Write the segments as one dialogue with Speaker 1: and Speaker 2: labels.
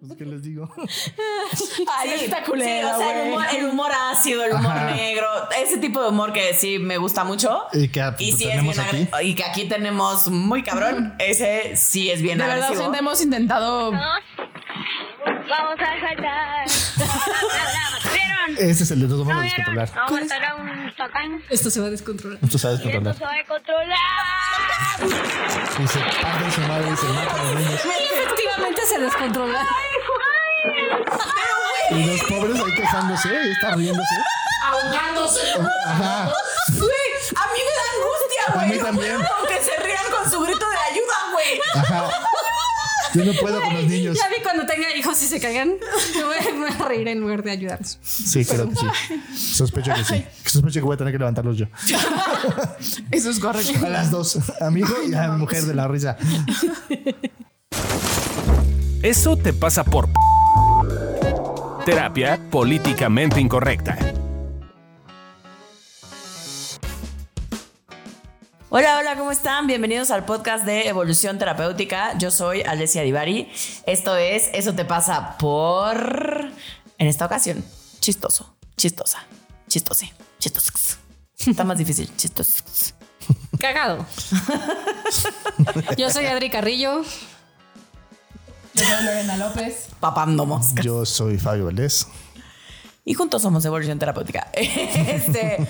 Speaker 1: Pues, ¿Qué les digo?
Speaker 2: Ay,
Speaker 3: Sí,
Speaker 2: está culera,
Speaker 3: sí, o sea, el
Speaker 2: güey.
Speaker 3: humor, el humor ácido, el humor
Speaker 1: Ajá.
Speaker 3: negro, ese tipo de humor que sí me gusta mucho.
Speaker 1: Y que ah, pues,
Speaker 3: Y sí es
Speaker 1: tenemos
Speaker 3: bien
Speaker 1: aquí.
Speaker 3: agre- y que aquí tenemos muy cabrón, ese sí es bien
Speaker 2: De verdad,
Speaker 3: agresivo.
Speaker 2: gente, hemos intentado.
Speaker 4: Vamos. Vamos a saltar. ¿Vieron?
Speaker 1: Ese es el de los vamos a
Speaker 4: ¿No vieron?
Speaker 1: descontrolar.
Speaker 4: Vamos a matar a un tacán.
Speaker 5: Esto se va a descontrolar.
Speaker 1: Pues, Tú sabes
Speaker 4: Y esto
Speaker 1: controlar.
Speaker 4: se va a controlar.
Speaker 1: Y se parte su madre y se matan los niños.
Speaker 5: Y efectivamente se descontrola.
Speaker 1: Y los pobres ahí quejándose y está riéndose.
Speaker 3: ahogándose.
Speaker 1: Ajá.
Speaker 3: Güey, a mí me da angustia,
Speaker 1: A
Speaker 3: güey.
Speaker 1: mí
Speaker 3: No
Speaker 1: también.
Speaker 3: puedo con que se rían con su grito de ayuda, güey.
Speaker 1: Ajá. Yo no puedo con los niños.
Speaker 5: Ya vi cuando tenga hijos y se caigan. Me voy a- me voy a reír en lugar de ayudarlos.
Speaker 1: Sí, creo que sí. Sospecho que sí. Sospecho que voy a tener que levantarlos yo.
Speaker 2: Eso es correcto.
Speaker 1: A las dos. A mi hijo y a mi mujer de la risa.
Speaker 6: Eso te pasa por p- terapia políticamente incorrecta.
Speaker 3: Hola, hola, ¿cómo están? Bienvenidos al podcast de Evolución Terapéutica. Yo soy Alessia Divari. Esto es Eso te pasa por... En esta ocasión, chistoso, chistosa, chistose, chistosos. Está más difícil, chistosos.
Speaker 5: Cagado. Yo soy Adri Carrillo.
Speaker 2: Yo soy Lorena López.
Speaker 3: Papando mosca.
Speaker 1: Yo soy Fabio Valdés.
Speaker 3: Y juntos somos Evolución Terapéutica. Este,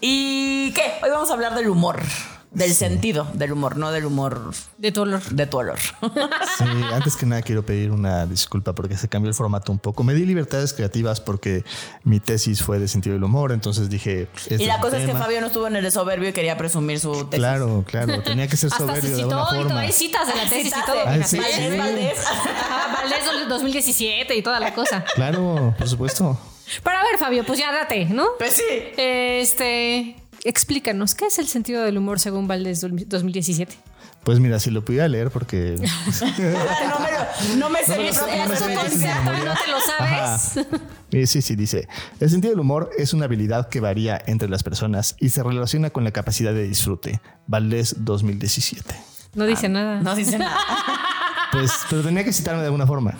Speaker 3: ¿Y qué? Hoy vamos a hablar del humor, del sentido del humor, no del humor
Speaker 5: De tu olor.
Speaker 3: de tu olor.
Speaker 1: Sí, antes que nada quiero pedir una disculpa porque se cambió el formato un poco. Me di libertades creativas porque mi tesis fue de sentido del humor, entonces dije... este
Speaker 3: y
Speaker 1: es
Speaker 3: la
Speaker 1: mi
Speaker 3: cosa es que
Speaker 1: tema.
Speaker 3: Fabio no estuvo en el de soberbio y quería presumir su tesis.
Speaker 1: Claro, claro, tenía que ser
Speaker 5: Hasta se
Speaker 1: soberbio de
Speaker 5: citó
Speaker 1: alguna
Speaker 5: y
Speaker 1: forma.
Speaker 5: todavía hay citas de la tesis y todo.
Speaker 1: Ah, sí,
Speaker 3: Valdés,
Speaker 1: sí.
Speaker 3: Valdés.
Speaker 5: Ajá, Valdés del 2017 y toda la cosa.
Speaker 1: Claro, por supuesto.
Speaker 5: Pero a ver, Fabio, pues ya date, ¿no?
Speaker 3: Pues sí.
Speaker 5: Este, explícanos, ¿qué es el sentido del humor según Valdés 2017?
Speaker 1: Pues mira, si lo pudiera leer porque...
Speaker 3: No me, lo- no me sé mi propia
Speaker 1: no me sé.
Speaker 3: referencia.
Speaker 1: Exacto,
Speaker 5: no te lo sabes.
Speaker 1: Ajá. Eh, Sí, sí, dice. El sentido del humor es una habilidad que varía entre las personas y se relaciona con la capacidad de disfrute. Valdés 2017.
Speaker 5: No
Speaker 1: Ah,
Speaker 5: dice nada.
Speaker 3: No dice nada.
Speaker 5: Ah,
Speaker 1: Pues, pero tenía que citarme de alguna forma.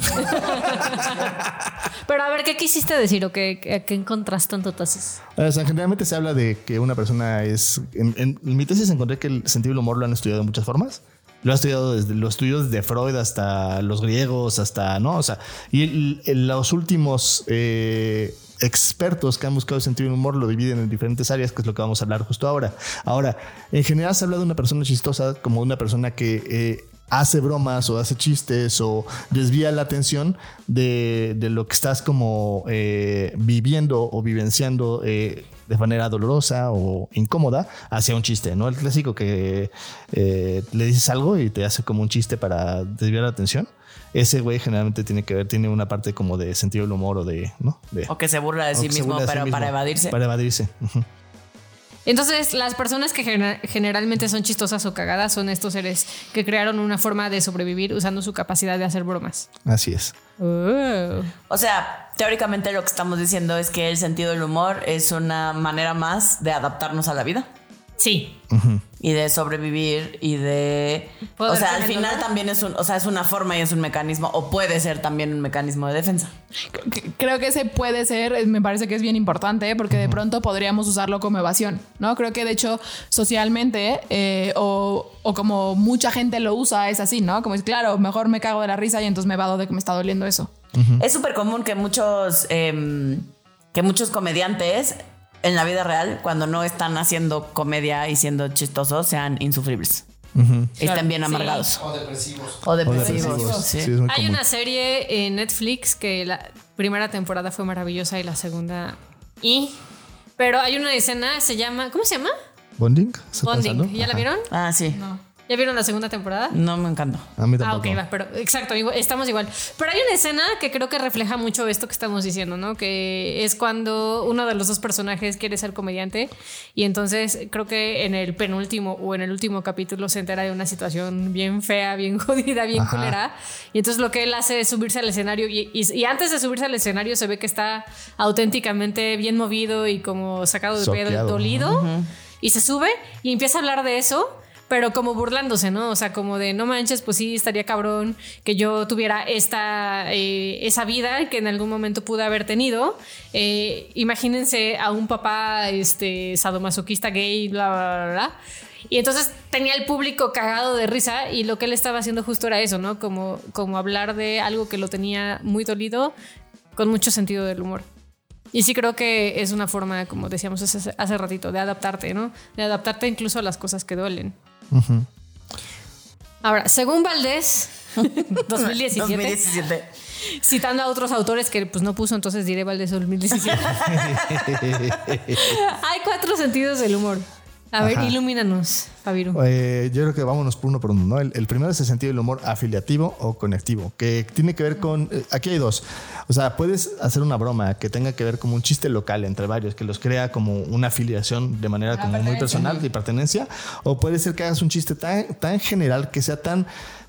Speaker 5: Pero a ver, ¿qué quisiste decir o qué, qué, qué encontraste en tu tesis?
Speaker 1: O sea, generalmente se habla de que una persona es. En, en- en mi tesis encontré que el sentido del humor lo han estudiado de muchas formas. Lo ha estudiado desde los estudios de Freud hasta los griegos, hasta. ¿No? O sea, y el- el- los últimos eh, expertos que han buscado el sentido del humor lo dividen en diferentes áreas, que es lo que vamos a hablar justo ahora. Ahora, en general se habla de una persona chistosa como una persona que. eh, hace bromas o hace chistes o desvía la atención de, de lo que estás como eh, viviendo o vivenciando eh, de manera dolorosa o incómoda hacia un chiste, ¿no? El clásico que eh, le dices algo y te hace como un chiste para desviar la atención. Ese güey generalmente tiene que ver, tiene una parte como de sentido del humor o de, ¿no? De,
Speaker 3: O que se burla de
Speaker 1: o
Speaker 3: sí
Speaker 1: que se
Speaker 3: mismo,
Speaker 1: burla de sí
Speaker 3: pero
Speaker 1: mismo,
Speaker 3: para evadirse.
Speaker 1: Para evadirse. ujú.
Speaker 5: Entonces, las personas que gener- generalmente son chistosas o cagadas son estos seres que crearon una forma de sobrevivir usando su capacidad de hacer bromas.
Speaker 1: Así es.
Speaker 5: Oh.
Speaker 3: O sea, teóricamente lo que estamos diciendo es que el sentido del humor es una manera más de adaptarnos a la vida
Speaker 5: Sí.
Speaker 3: y de sobrevivir y de o
Speaker 5: Poder
Speaker 3: sea,
Speaker 5: con
Speaker 3: al
Speaker 5: el
Speaker 3: final
Speaker 5: dolor.
Speaker 3: también es un, o sea, es una forma y es un mecanismo o puede ser también un mecanismo de defensa.
Speaker 2: Creo que ese puede ser, eh, me parece que es bien importante, ¿eh? porque de pronto podríamos usarlo como evasión, ¿no? Creo que de hecho socialmente eh, o, o como mucha gente lo usa es así, ¿no? Como es, claro, mejor me cago de la risa y entonces me vado de que me está doliendo eso.
Speaker 3: Es súper común que muchos em, que muchos comediantes en la vida real cuando no están haciendo comedia y siendo chistosos sean insufribles. Y Están bien amargados. O
Speaker 1: O
Speaker 3: depresivos. O
Speaker 1: depresivos.
Speaker 3: depresivos. sí.
Speaker 1: Sí, es muy
Speaker 5: Hay
Speaker 1: común.
Speaker 5: una serie en Netflix que la primera temporada fue maravillosa y la segunda y pero hay una escena se llama ¿cómo se llama?
Speaker 1: ¿Bonding? ¿Estás pensando?
Speaker 5: Bonding. ¿Ya la
Speaker 1: Ajá.
Speaker 5: vieron?
Speaker 3: Ah, sí.
Speaker 5: ¿Ya vieron la segunda temporada?
Speaker 3: No me encantó.
Speaker 1: A mí
Speaker 5: Ah,
Speaker 1: tampoco.
Speaker 5: ok, va, pero exacto, igual- estamos igual. Pero hay una escena que creo que refleja mucho esto que estamos diciendo, ¿no? Que es cuando uno de los dos personajes quiere ser comediante y entonces creo que en el penúltimo o en el último capítulo se entera de una situación bien fea, bien jodida, bien
Speaker 1: Ajá.
Speaker 5: culera. Y entonces lo que él hace es subirse al escenario y, y- y antes de subirse al escenario se ve que está auténticamente bien movido y como sacado de pedo,
Speaker 1: Soqueado.
Speaker 5: dolido. Y se sube y empieza a hablar de eso. pero como burlándose, ¿no? O sea, como de no manches, pues sí, estaría cabrón que yo tuviera esta, eh, esa vida que en algún momento pude haber tenido. Eh, imagínense a un papá este, sadomasoquista gay, bla, bla, bla, bla. Y entonces tenía el público cagado de risa y lo que él estaba haciendo justo era eso, ¿no? Como, como hablar de algo que lo tenía muy dolido con mucho sentido del humor. Y sí creo que es una forma, como decíamos hace, hace ratito, de adaptarte, ¿no? De adaptarte incluso a las cosas que duelen.
Speaker 1: Ujú.
Speaker 5: Ahora, según Valdés, 2017,
Speaker 3: 2017.
Speaker 5: citando a otros autores que pues no puso, entonces diré Valdés 2017. Hay cuatro sentidos del humor. A ver,
Speaker 1: Ajá.
Speaker 5: ilumínanos, Fabiru.
Speaker 1: Eh, yo creo que vámonos por uno por uno, ¿no? El, el primero es el sentido del humor afiliativo o conectivo, que tiene que ver con. eh, aquí hay dos. O sea, puedes hacer una broma que tenga que ver como un chiste local entre varios, que los crea como una afiliación de manera como muy personal y pertenencia. O puede ser que hagas un chiste tan, tan general que sea tan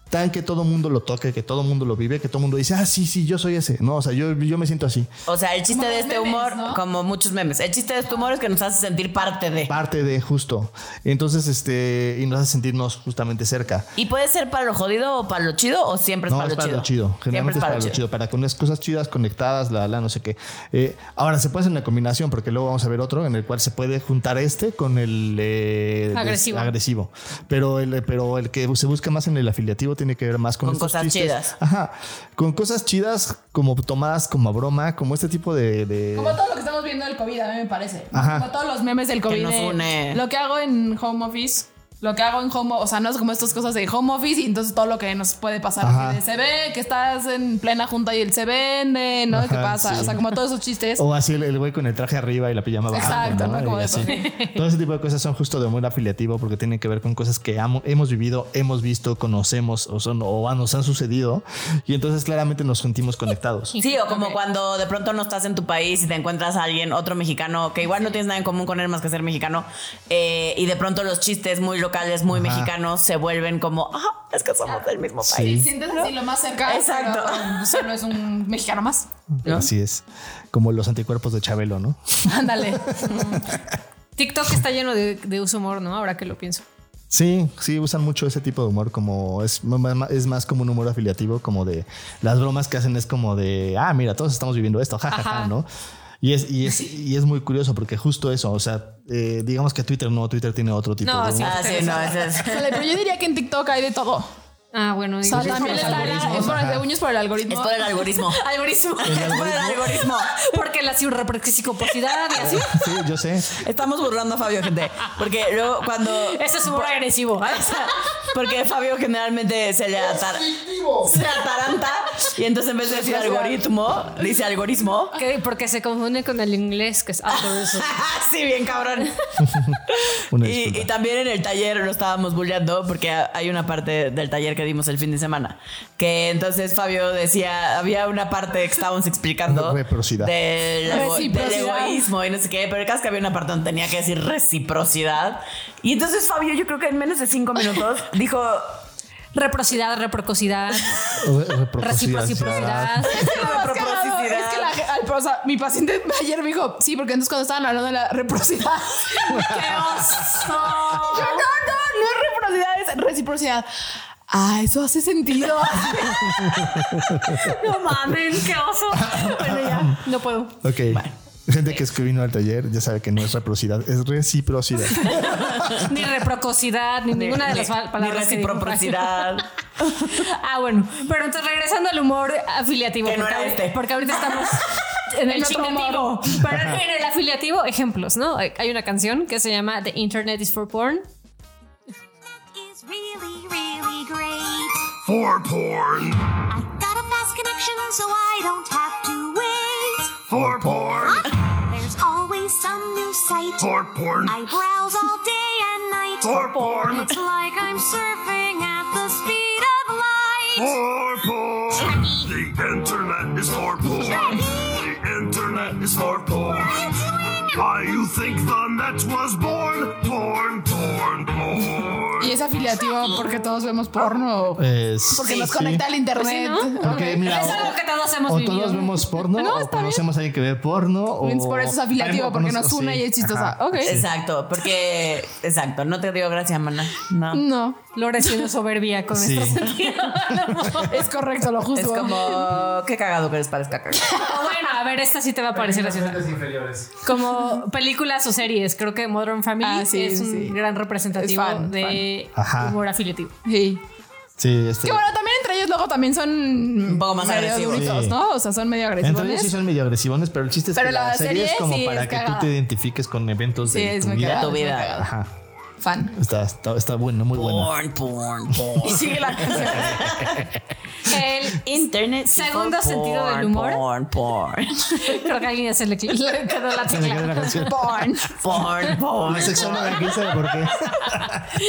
Speaker 1: tan que todo mundo lo toque, que todo mundo lo vive, que todo mundo dice, ah, sí, sí, yo soy ese. No, o sea, yo, yo me siento así.
Speaker 3: O sea, el chiste
Speaker 2: Como
Speaker 3: de
Speaker 2: los
Speaker 3: este
Speaker 2: memes,
Speaker 3: humor,
Speaker 2: ¿no?
Speaker 3: como muchos memes, el chiste de este humor es que nos hace sentir parte de.
Speaker 1: Parte de justo. Entonces, este, y nos hace sentirnos justamente cerca.
Speaker 3: Y puede ser para lo jodido o para lo chido o siempre es
Speaker 1: no,
Speaker 3: para
Speaker 1: es
Speaker 3: lo
Speaker 1: para
Speaker 3: chido.
Speaker 1: lo chido. Generalmente
Speaker 3: Siempre
Speaker 1: es para lo chido. Para con las cosas chidas conectadas, la, la, no sé qué. Eh, ahora, se puede hacer una combinación porque luego vamos a ver otro en el cual se puede juntar este con el eh, des-
Speaker 5: Agresivo.
Speaker 1: agresivo. Pero el, pero el que se busca más en el afiliativo tiene que ver más con,
Speaker 3: Con
Speaker 1: estos
Speaker 3: cosas
Speaker 1: chistes.
Speaker 3: chidas.
Speaker 1: Ajá. Con cosas chidas como tomadas como a broma, como este tipo de... de-
Speaker 2: Como todo lo que estamos viendo del COVID, a mí me parece.
Speaker 1: Ajá.
Speaker 2: Como todos los memes del COVID.
Speaker 3: nos
Speaker 2: de,
Speaker 3: une.
Speaker 2: Lo que hago en home office. Lo que hago en home, o sea, no es como estas cosas de home office y entonces todo lo que nos puede pasar.
Speaker 1: Ajá.
Speaker 2: así de, se ve que estás en plena junta y el se vende, ¿no? ¿Qué
Speaker 1: Ajá,
Speaker 2: pasa?
Speaker 1: sí.
Speaker 2: O sea, como todos esos chistes.
Speaker 1: O así el, el güey con el traje arriba y la pijama abajo.
Speaker 2: Exacto, ¿no? Como
Speaker 1: Y
Speaker 2: eso,
Speaker 1: así. Todo ese tipo de cosas son justo de humor afiliativo porque tienen que ver con cosas que amo- hemos vivido, hemos visto, conocemos o, son, o han- nos han sucedido. Y entonces claramente nos sentimos conectados.
Speaker 3: Sí, o como cuando de pronto no estás en tu país y te encuentras a alguien, otro mexicano, que igual no tienes nada en común con él más que ser mexicano, eh, y de pronto los chistes muy locales, muy
Speaker 1: Ajá.
Speaker 3: mexicanos, se vuelven como, ah, es que somos del mismo
Speaker 1: Sí.
Speaker 3: país.
Speaker 2: Sientes así lo más cerca.
Speaker 3: Exacto.
Speaker 2: pero solo es un mexicano más.
Speaker 1: Así es. Como los anticuerpos de Chabelo, ¿no?
Speaker 2: Ándale.
Speaker 5: TikTok está lleno de, de uso humor, ¿no? Ahora que lo pienso.
Speaker 1: Sí, sí, usan mucho ese tipo de humor como es, ma- ma- es más como un humor afiliativo, como de las bromas que hacen es como de, ah, mira, todos estamos viviendo esto, jajaja,
Speaker 5: Ajá.
Speaker 1: ¿no? Y es, y, es, y es muy curioso porque justo eso, o sea, eh, digamos que Twitter no, Twitter tiene otro tipo
Speaker 5: No,
Speaker 1: de
Speaker 5: sí.
Speaker 1: humor.
Speaker 3: Ah, sí, no, ese es-
Speaker 2: Ándale, Pero yo diría que en TikTok hay de todo.
Speaker 5: Ah, bueno.
Speaker 2: O
Speaker 5: digo,
Speaker 2: sea,
Speaker 5: es por los
Speaker 2: también está la,
Speaker 5: algoritmos.
Speaker 2: es por el de uñas por el algoritmo.
Speaker 3: es por el algoritmo.
Speaker 5: Algoritmo.
Speaker 3: Es por el algoritmo.
Speaker 5: Porque la psicopacidad y así.
Speaker 1: Sí, yo sé.
Speaker 3: Estamos burlando a Fabio, gente. Porque luego cuando...
Speaker 5: Ese es humor agresivo. ¿eh?
Speaker 3: Porque Fabio generalmente se le atar- se ataranta y entonces en vez de decir algoritmo, dice algoritmo.
Speaker 5: Que- porque se confunde con el inglés, que es ah, algoritmo.
Speaker 3: sí, bien cabrón.
Speaker 1: Una
Speaker 3: Y,
Speaker 1: disculpa.
Speaker 3: y también en el taller lo estábamos bulleando porque ha- hay una parte del taller que dimos el fin de semana. Que entonces Fabio decía, había una parte que estábamos explicando
Speaker 1: Reciprocidad.
Speaker 3: del, ego-
Speaker 2: Reciprocidad.
Speaker 3: del egoísmo y no sé qué, pero el caso es que había una parte donde tenía que decir reciprocidad. Y entonces Fabio, yo creo que en menos de cinco minutos dijo,
Speaker 5: Reprocidad, reprocosidad,
Speaker 1: Re- Reciprocidad.
Speaker 5: reciprocidad.
Speaker 2: Más cagado
Speaker 3: Reproprocidad.
Speaker 2: Es que la, ge- al- o sea, mi paciente ayer me dijo, sí, porque entonces cuando estaban hablando de la reciprocidad. ¡Qué oso! Yo, no, no, no es reciprocidad, es reciprocidad. Ah, eso hace sentido.
Speaker 5: No mames, qué oso. Bueno, ya, no puedo.
Speaker 1: Ok. Gente que es que vino al taller ya sabe que no es reciprocidad, es reciprocidad.
Speaker 5: Ni reprocosidad, ni ninguna de las fal-
Speaker 3: ni
Speaker 5: palabras. que dijo
Speaker 3: reciprocidad.
Speaker 5: Frank. Ah, bueno. Pero entonces regresando al humor afiliativo.
Speaker 3: Que no
Speaker 5: porque,
Speaker 3: era este.
Speaker 5: porque ahorita estamos en el
Speaker 2: En otro
Speaker 5: chingativo. Pero en el afiliativo, ejemplos, ¿no? Hay una canción que se llama The Internet is for Porn.
Speaker 7: is really, really great. For porn. I've got a fast connection, so I don't have to wait.
Speaker 8: For porn.
Speaker 7: There's always some new site.
Speaker 8: For porn.
Speaker 7: I browse all day and night.
Speaker 8: For porn.
Speaker 7: It's like I'm surfing at the speed of light.
Speaker 8: For porn. The internet is for porn. The internet is for porn. Why you think the net was born? Porn, porn. porn, porn.
Speaker 2: Y es afiliativo porque todos vemos porno. o
Speaker 1: Es-
Speaker 2: Porque
Speaker 1: Eh, sí,
Speaker 2: nos
Speaker 1: sí.
Speaker 2: conecta al internet.
Speaker 5: Pues sí, ¿no?
Speaker 1: Porque, mira,
Speaker 5: Es algo que todos hemos
Speaker 1: o
Speaker 5: vivido.
Speaker 1: todos vemos porno
Speaker 5: No,
Speaker 1: o
Speaker 5: está bien.
Speaker 1: conocemos a alguien que ve porno o
Speaker 2: Por eso es afiliativo, porque nos
Speaker 1: sí,
Speaker 2: une y es chistosa.
Speaker 1: ajá.
Speaker 2: Ok.
Speaker 3: Exacto, porque. Exacto, no te digo gracias, mana. No.
Speaker 2: No,
Speaker 5: Lore siendo soberbia con
Speaker 1: Sí.
Speaker 5: nuestro sentido.
Speaker 2: es correcto, lo
Speaker 3: Es
Speaker 2: juzgo.
Speaker 3: como. Qué cagado que les parezca cagado.
Speaker 5: O bueno, a ver, esta sí te va a parecer así. Como películas o series, creo que Modern Family
Speaker 2: Ah, sí,
Speaker 5: es un
Speaker 2: sí.
Speaker 5: gran representativo
Speaker 2: Es fan,
Speaker 5: de
Speaker 1: fan. Ajá.
Speaker 5: humor afiliativo.
Speaker 2: Sí.
Speaker 1: Sí, este-
Speaker 2: Que bueno, también entre ellos luego también son un
Speaker 3: poco más agresivos.
Speaker 1: Sí.
Speaker 2: ¿no? O sea, son medio agresivos.
Speaker 1: Entre ellos sí son medio agresivones, pero el chiste es
Speaker 2: Pero
Speaker 1: que la,
Speaker 2: la
Speaker 1: serie,
Speaker 2: serie
Speaker 1: es como
Speaker 2: sí
Speaker 1: para
Speaker 2: es
Speaker 1: que
Speaker 2: cagada.
Speaker 1: tú te identifiques con eventos
Speaker 2: Sí,
Speaker 1: de
Speaker 2: es
Speaker 1: tu
Speaker 2: muy
Speaker 1: vida.
Speaker 2: cagada,
Speaker 3: tu
Speaker 2: es muy
Speaker 3: vida.
Speaker 2: cagada.
Speaker 1: Ajá.
Speaker 2: Fan.
Speaker 1: Está, está, está bueno, muy bueno.
Speaker 3: Porn, porn, porn.
Speaker 2: Y sigue la canción.
Speaker 5: El
Speaker 3: Internet.
Speaker 5: Segundo
Speaker 3: porn,
Speaker 5: sentido del
Speaker 3: porn,
Speaker 5: humor.
Speaker 3: Porn, porn.
Speaker 5: creo que alguien ya se le cli- le quedó la
Speaker 1: Se me quedó la
Speaker 5: tecla.
Speaker 1: canción.
Speaker 2: Porn.
Speaker 3: Porn, porn.
Speaker 1: La sexóloga, quién sabe por qué.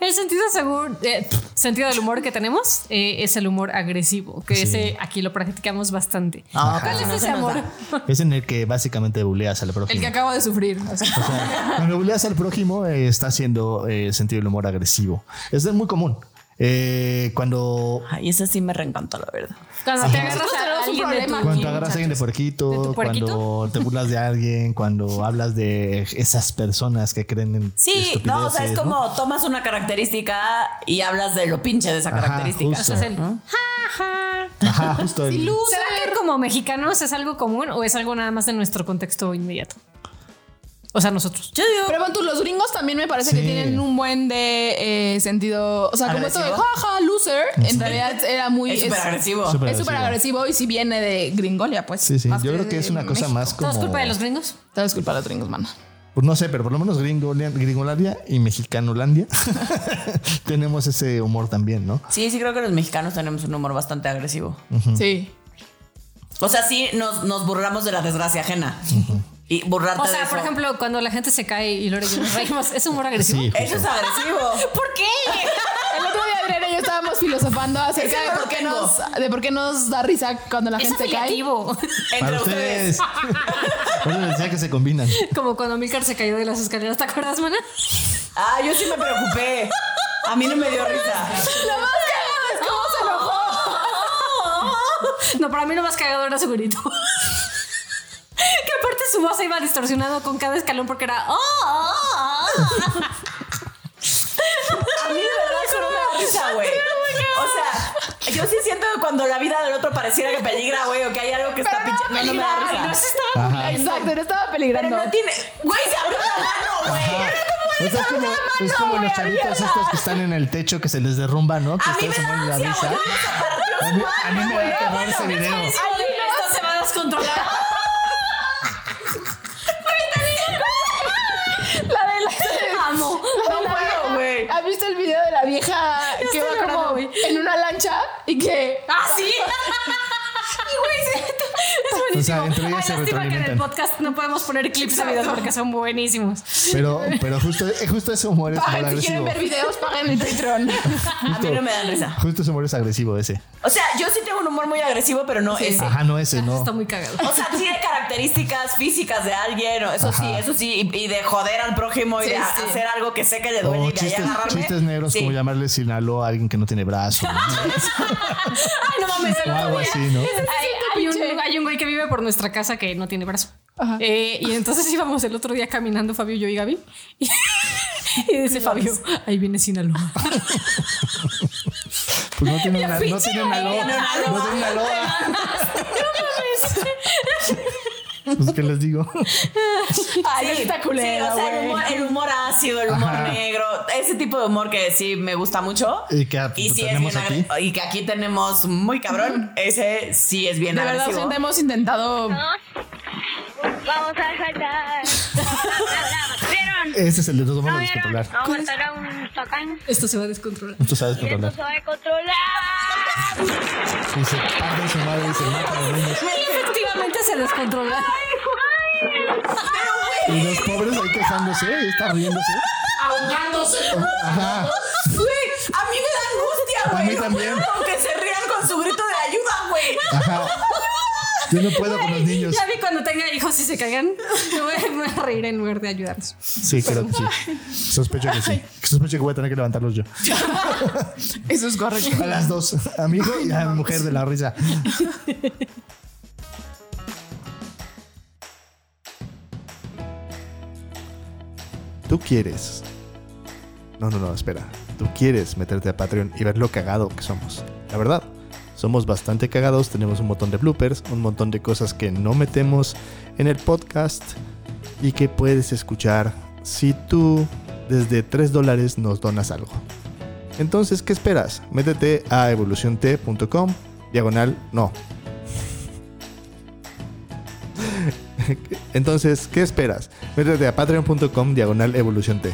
Speaker 5: El sentido segun- eh, pff, sentido del humor que tenemos eh, es el humor agresivo, que ese aquí lo practicamos bastante.
Speaker 3: Ah,
Speaker 5: ¿Cuál
Speaker 3: ok.
Speaker 5: es
Speaker 3: No
Speaker 5: ese
Speaker 3: se nos
Speaker 5: amor?
Speaker 3: da.
Speaker 1: Es en el que básicamente buleas al prójimo.
Speaker 2: El que acabo de sufrir. o sea.
Speaker 1: O sea, cuando buleas al prójimo eh, está haciendo eh, sentido del humor agresivo. Es de- muy común. Eh, cuando
Speaker 3: Ay, ese sí me reencantó, la verdad.
Speaker 5: Cuando te agarras
Speaker 2: Nosotros
Speaker 5: a
Speaker 2: tenemos un
Speaker 5: alguien de tu-
Speaker 2: problema.
Speaker 1: Cuando agarras a alguien de
Speaker 5: ¿De tu
Speaker 1: puerquito,
Speaker 5: puerquito?
Speaker 1: cuando te burlas de alguien, cuando hablas de esas personas que creen en
Speaker 3: Sí, no, o sea, es
Speaker 1: estupideces, ¿no?
Speaker 3: como tomas una característica y hablas de lo pinche de esa
Speaker 1: Ajá,
Speaker 3: característica.
Speaker 1: justo.
Speaker 5: haces el ja, ja.
Speaker 1: Ajá, justo el-
Speaker 5: ¿Será que como mexicanos es algo común o es algo nada más de nuestro contexto inmediato? O sea, nosotros.
Speaker 3: Yo digo,
Speaker 2: Pero bueno, tú, los gringos también me parece que
Speaker 1: Sí.
Speaker 2: tienen un buen de eh, sentido. O sea, como esto de
Speaker 3: ¿Agresivo?
Speaker 2: jaja, loser, en realidad era muy.
Speaker 3: es súper agresivo.
Speaker 1: Súper
Speaker 2: Es súper agresivo y si viene de Gringolia, pues.
Speaker 1: Sí, sí.
Speaker 2: más
Speaker 1: Yo creo que
Speaker 2: de
Speaker 1: es una cosa
Speaker 2: México.
Speaker 1: más como.
Speaker 5: ¿Todo es culpa de los gringos?
Speaker 2: Todo es culpa de los gringos, mano.
Speaker 1: Pues no sé, pero por lo menos Gringolia- Gringolandia y Mexicanolandia tenemos ese humor también, ¿no?
Speaker 3: Sí, sí creo que los mexicanos tenemos un humor bastante agresivo.
Speaker 1: Mm.
Speaker 2: Sí.
Speaker 3: O sea, sí nos, nos burlamos de la desgracia ajena. Y burlarte
Speaker 5: O
Speaker 3: de
Speaker 5: sea,
Speaker 3: eso.
Speaker 5: por ejemplo, cuando la gente se cae y Lore y yo nos reímos, ¿es humor agresivo?
Speaker 1: Sí,
Speaker 3: Eso es agresivo.
Speaker 5: ¿Por qué?
Speaker 2: El otro día Adriana y yo estábamos filosofando acerca
Speaker 3: Ese
Speaker 2: de
Speaker 3: no
Speaker 2: por,
Speaker 3: lo
Speaker 2: qué
Speaker 3: tengo.
Speaker 2: nos, de por qué nos da risa cuando la
Speaker 5: Es
Speaker 2: gente cae.
Speaker 5: afiliativo.
Speaker 3: Entre
Speaker 1: para
Speaker 3: ustedes.
Speaker 1: ustedes. Por eso les decía que se combinan.
Speaker 5: Como cuando Milcar se cayó de las escaleras, ¿te acuerdas, mana?
Speaker 3: Ah, yo sí me preocupé. A mí no me dio risa.
Speaker 5: ¿Cómo se enojó? No, para mí lo más cagado era su grito. Que aparte su voz se iba distorsionando con cada escalón porque era. "Oh, oh, oh".
Speaker 3: A mí de verdad eso no me da risa, güey. O sea, yo sí siento que cuando la vida del otro pareciera que peligra, güey, o que hay algo que está pinche. No, no me da
Speaker 5: Ay, no
Speaker 3: risa.
Speaker 5: se estaba
Speaker 1: Ajá.
Speaker 2: Exacto, no estaba peligrando.
Speaker 3: Pero no tiene. Güey, se abrió la mano, güey.
Speaker 1: O sea, Pues es como, es como los chavitos estos que están en el techo que se les derrumba, ¿no? Que
Speaker 3: A mí
Speaker 1: ustedes se
Speaker 3: me da
Speaker 1: mueren de la
Speaker 3: ansia,
Speaker 1: risa.
Speaker 3: güey.
Speaker 1: A mí, a mí me va a acabar ese video.
Speaker 5: Ay, esto se va a descontrolar.
Speaker 2: La de la.
Speaker 5: Amo.
Speaker 2: No puedo,
Speaker 3: güey.
Speaker 2: ¿Has visto el video de la vieja que
Speaker 5: estoy
Speaker 2: va
Speaker 5: llorando,
Speaker 2: como
Speaker 5: güey.
Speaker 2: en una lancha y que.
Speaker 5: ¡Ah, sí! Y, güey, sí, es buenísimo.
Speaker 1: O sea, entre ellas
Speaker 5: Ay,
Speaker 1: se
Speaker 5: lástima que en el
Speaker 1: retroalimentan.
Speaker 5: podcast no podemos poner clips de videos porque son buenísimos.
Speaker 1: Pero, pero justo, eh, justo ese humor es humor
Speaker 2: Paguen, si
Speaker 1: agresivo.
Speaker 2: quieren ver videos, paguen el Patreon.
Speaker 3: A mí no me dan risa.
Speaker 1: Justo ese humor es agresivo ese.
Speaker 3: O sea, yo sí tengo un humor muy agresivo, pero no ese.
Speaker 1: Ajá, no ese, no.
Speaker 5: Ah, Está muy cagado.
Speaker 3: O sea, sí de características físicas de alguien, o eso sí, eso sí, y, y de joder al prójimo y
Speaker 2: Sí,
Speaker 3: de
Speaker 2: sí.
Speaker 3: hacer algo que sé que le duele
Speaker 1: O
Speaker 3: y de ahí
Speaker 1: Oh, chistes,
Speaker 3: agarrarme.
Speaker 1: chistes negros,
Speaker 3: Sí.
Speaker 1: como llamarle Sinaloa a alguien que no tiene brazo. ¿no?
Speaker 5: Ay, no mames, el
Speaker 1: O
Speaker 5: otro
Speaker 1: algo
Speaker 5: día-
Speaker 1: así, ¿no?
Speaker 5: Hay, hay un, hay un güey que vive por nuestra casa que no tiene brazo. Eh, y entonces íbamos el otro día caminando Fabio, yo y Gaby. Y, y dice Fabio, ahí viene Sinaloa.
Speaker 1: Pues no tiene una, no
Speaker 5: pinche
Speaker 1: tiene una loa.
Speaker 5: idea.
Speaker 1: No tiene una loa. Pues, ¿qué les digo?
Speaker 3: Ay,
Speaker 2: Sí, está culero,
Speaker 3: sí, o sea, el
Speaker 2: güey.
Speaker 3: humor, el humor ácido, el humor
Speaker 1: Ajá.
Speaker 3: negro, ese tipo de humor que sí me gusta mucho.
Speaker 1: Y que a-
Speaker 3: sí es
Speaker 1: tenemos
Speaker 3: bien agre- y que aquí tenemos muy cabrón, ese sí es bien
Speaker 2: De verdad,
Speaker 3: agresivo.
Speaker 2: gente, hemos intentado.
Speaker 4: Dos. Vamos a saltar. ¿Vieron?
Speaker 1: Ese es el de los vamos
Speaker 4: ¿No
Speaker 1: a
Speaker 4: vieron?
Speaker 1: descontrolar.
Speaker 4: Vamos a saltar a un tacán.
Speaker 5: Esto se va a descontrolar.
Speaker 1: Tú sabes
Speaker 4: Y esto
Speaker 1: controlar.
Speaker 4: se va a controlar.
Speaker 1: Y se parten su madre y se matan los niños.
Speaker 5: Efectivamente se descontrola.
Speaker 1: Y los pobres ahí quejándose y está riéndose. Ahogándose. Ajá.
Speaker 3: Güey, a mí me da angustia,
Speaker 1: Ah. A
Speaker 3: güey.
Speaker 1: mí
Speaker 3: no
Speaker 1: también.
Speaker 3: puedo, Aunque se rían con su grito de ayuda, güey.
Speaker 1: Ajá. Yo no puedo con los niños.
Speaker 5: Ya vi cuando tenga hijos y se cagan. Me voy, me voy a reír en lugar de ayudarlos.
Speaker 1: Sí, creo que sí. Sospecho que sí. Sospecho que voy a tener que levantarlos yo.
Speaker 2: Eso es correcto.
Speaker 1: A las dos. A mi hijo y a mi mujer de la risa. Tú quieres. No, no, no, espera. Tú quieres meterte a Patreon y ver lo cagado que somos. La verdad, somos bastante cagados. Tenemos un montón de bloopers, un montón de cosas que no metemos en el podcast y que puedes escuchar si tú desde 3 dólares nos donas algo. Entonces, ¿qué esperas? Métete a evoluciont.com, diagonal, no. Entonces, ¿qué esperas? Métete a patreon.com, diagonal, evoluciont.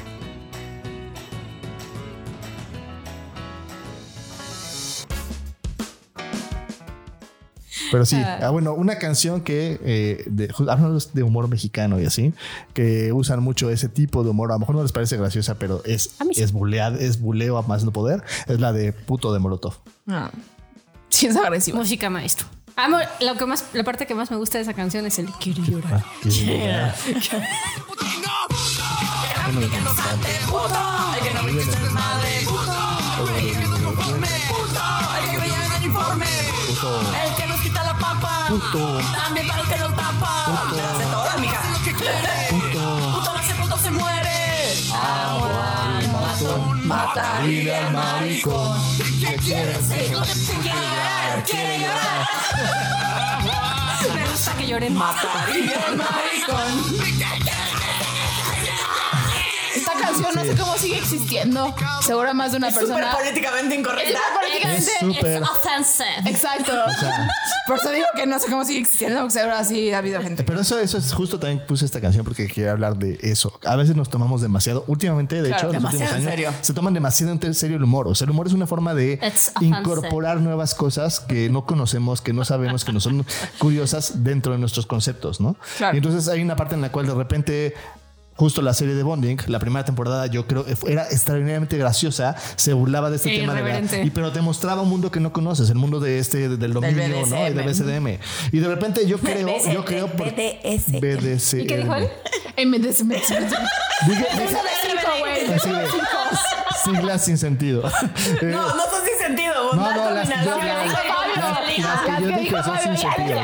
Speaker 1: Pero sí, ah, bueno, una canción que, eh, de, ju- hablamos de humor mexicano y así, que usan mucho ese tipo de humor, a lo mejor no les parece graciosa, pero es,
Speaker 5: A mí sí.
Speaker 1: es, bulead- es buleo a más no poder, es la de puto de Molotov.
Speaker 2: Ah. Sí, es agresivo.
Speaker 5: Música maestro. Amo, lo que más, la parte que más me gusta de esa canción es el quiero llorar.
Speaker 1: Que es bulear.
Speaker 3: El que nos quita la papa. También para el que nos tapa. Te la hace toda, mija. Puto lo hace, puto se muere. Agua, al matón, mata y al maricón. ¿Qué quieres? Hijo de puta? Quiere llorar, quiere llorar.
Speaker 5: Me gusta que lloren.
Speaker 3: Mataría al maricón.
Speaker 2: Esta canción no sé cómo sigue existiendo. Seguro más de una
Speaker 3: Súper
Speaker 2: persona.
Speaker 3: políticamente incorrecta.
Speaker 2: Políticamente-
Speaker 1: Es súper.
Speaker 5: offensive.
Speaker 2: Exacto. Por eso digo que no sé cómo sigue existiendo, porque seguro así ha habido gente.
Speaker 1: Eh, Pero eso, eso es justo también puse esta canción porque quería hablar de eso. A veces nos tomamos demasiado, últimamente, de
Speaker 2: Claro,
Speaker 1: hecho, en los últimos
Speaker 3: demasiado
Speaker 1: años,
Speaker 3: en serio.
Speaker 1: se toman demasiado en serio el humor. O sea, el humor es una forma de
Speaker 5: It's offensive.
Speaker 1: incorporar nuevas cosas que no conocemos, que no sabemos, que no son curiosas dentro de nuestros conceptos, ¿no?
Speaker 2: Claro.
Speaker 1: Y entonces hay una parte en la cual de repente. Justo la serie de Bonding, la primera temporada, yo creo que fue- era extraordinariamente graciosa. Se burlaba de este
Speaker 5: E
Speaker 1: tema de la-
Speaker 5: irreverente.
Speaker 1: y pero te mostraba un mundo que no conoces, el mundo de este del dominio, ¿no? Y del BSDM. Y de repente yo creo, yo creo por
Speaker 3: BDSM.
Speaker 1: BDSM.
Speaker 5: ¿Y qué dijo él?
Speaker 2: En vez de se me- se me- se me-
Speaker 1: Dije, dije-
Speaker 2: Uno de cinco, güey.
Speaker 1: así de- siglas sin sentido. Eh,
Speaker 3: No, no son sin sentido. vos,
Speaker 1: No,
Speaker 3: mal
Speaker 1: no, las-
Speaker 3: combinado.
Speaker 1: yo-
Speaker 3: Mal
Speaker 1: las-
Speaker 3: combinado.
Speaker 1: las- las que yo dije son sin sentido.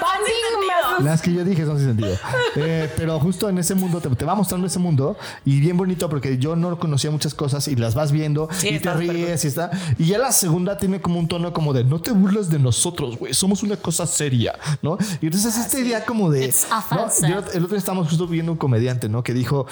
Speaker 2: Banding
Speaker 1: Las que yo dije son sin sentido. Eh, pero justo en ese mundo, te, te va mostrando ese mundo y bien bonito porque yo no conocía muchas cosas y las vas viendo y te
Speaker 3: está súper
Speaker 1: ríes y está. Y ya la segunda tiene como un tono como de no te burles de nosotros, güey, somos una cosa seria, ¿no? Y entonces esta idea como de.
Speaker 5: It's
Speaker 1: ¿no?
Speaker 5: offensive.
Speaker 1: Yo- el otro día estábamos justo viendo un comediante, ¿no? Que dijo.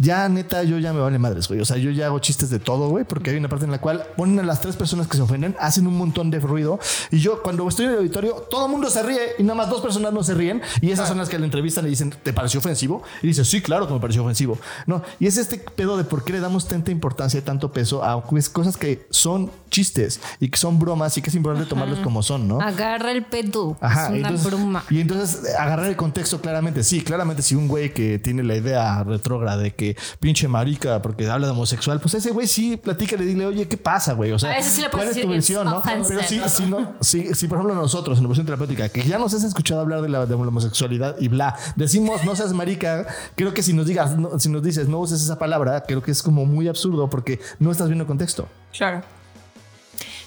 Speaker 1: Ya, neta, yo ya me vale madres, güey. O sea, yo ya hago chistes de todo, güey, porque hay una parte en la cual ponen a las tres personas que se ofenden, hacen un montón de ruido. Y yo, cuando estoy en el auditorio, todo el mundo se ríe y nada más dos personas no se ríen. Y esas son las que le entrevistan y dicen, ¿te pareció ofensivo? Y dice, sí, claro que me pareció ofensivo. No, y es este pedo de por qué le damos tanta importancia y tanto peso a pues, cosas que son chistes y que son bromas y que es importante tomarlos como son, ¿no?
Speaker 5: Agarra el pedo.
Speaker 1: Ajá,
Speaker 5: es una
Speaker 1: entonces-
Speaker 5: bruma.
Speaker 1: Y entonces eh, agarrar el contexto claramente. Sí, claramente si un güey que tiene la idea retrógrada de que pinche marica porque habla de homosexual, pues ese güey sí, platícale, dile, oye, ¿qué pasa, güey? O sea,
Speaker 5: A veces Ah, sí le
Speaker 1: ¿cuál
Speaker 5: puedes
Speaker 1: es tu
Speaker 5: decir,
Speaker 1: versión,
Speaker 5: "It's
Speaker 1: no? Pero sí,
Speaker 5: offensive".
Speaker 1: sí, no, sí, sí, por ejemplo, nosotros en la versión terapéutica, que ya nos has escuchado hablar de la, de la homosexualidad y bla, decimos, no seas marica, creo que si nos digas, no- si nos dices, no uses esa palabra, creo que es como muy absurdo porque no estás viendo el contexto.
Speaker 2: Claro.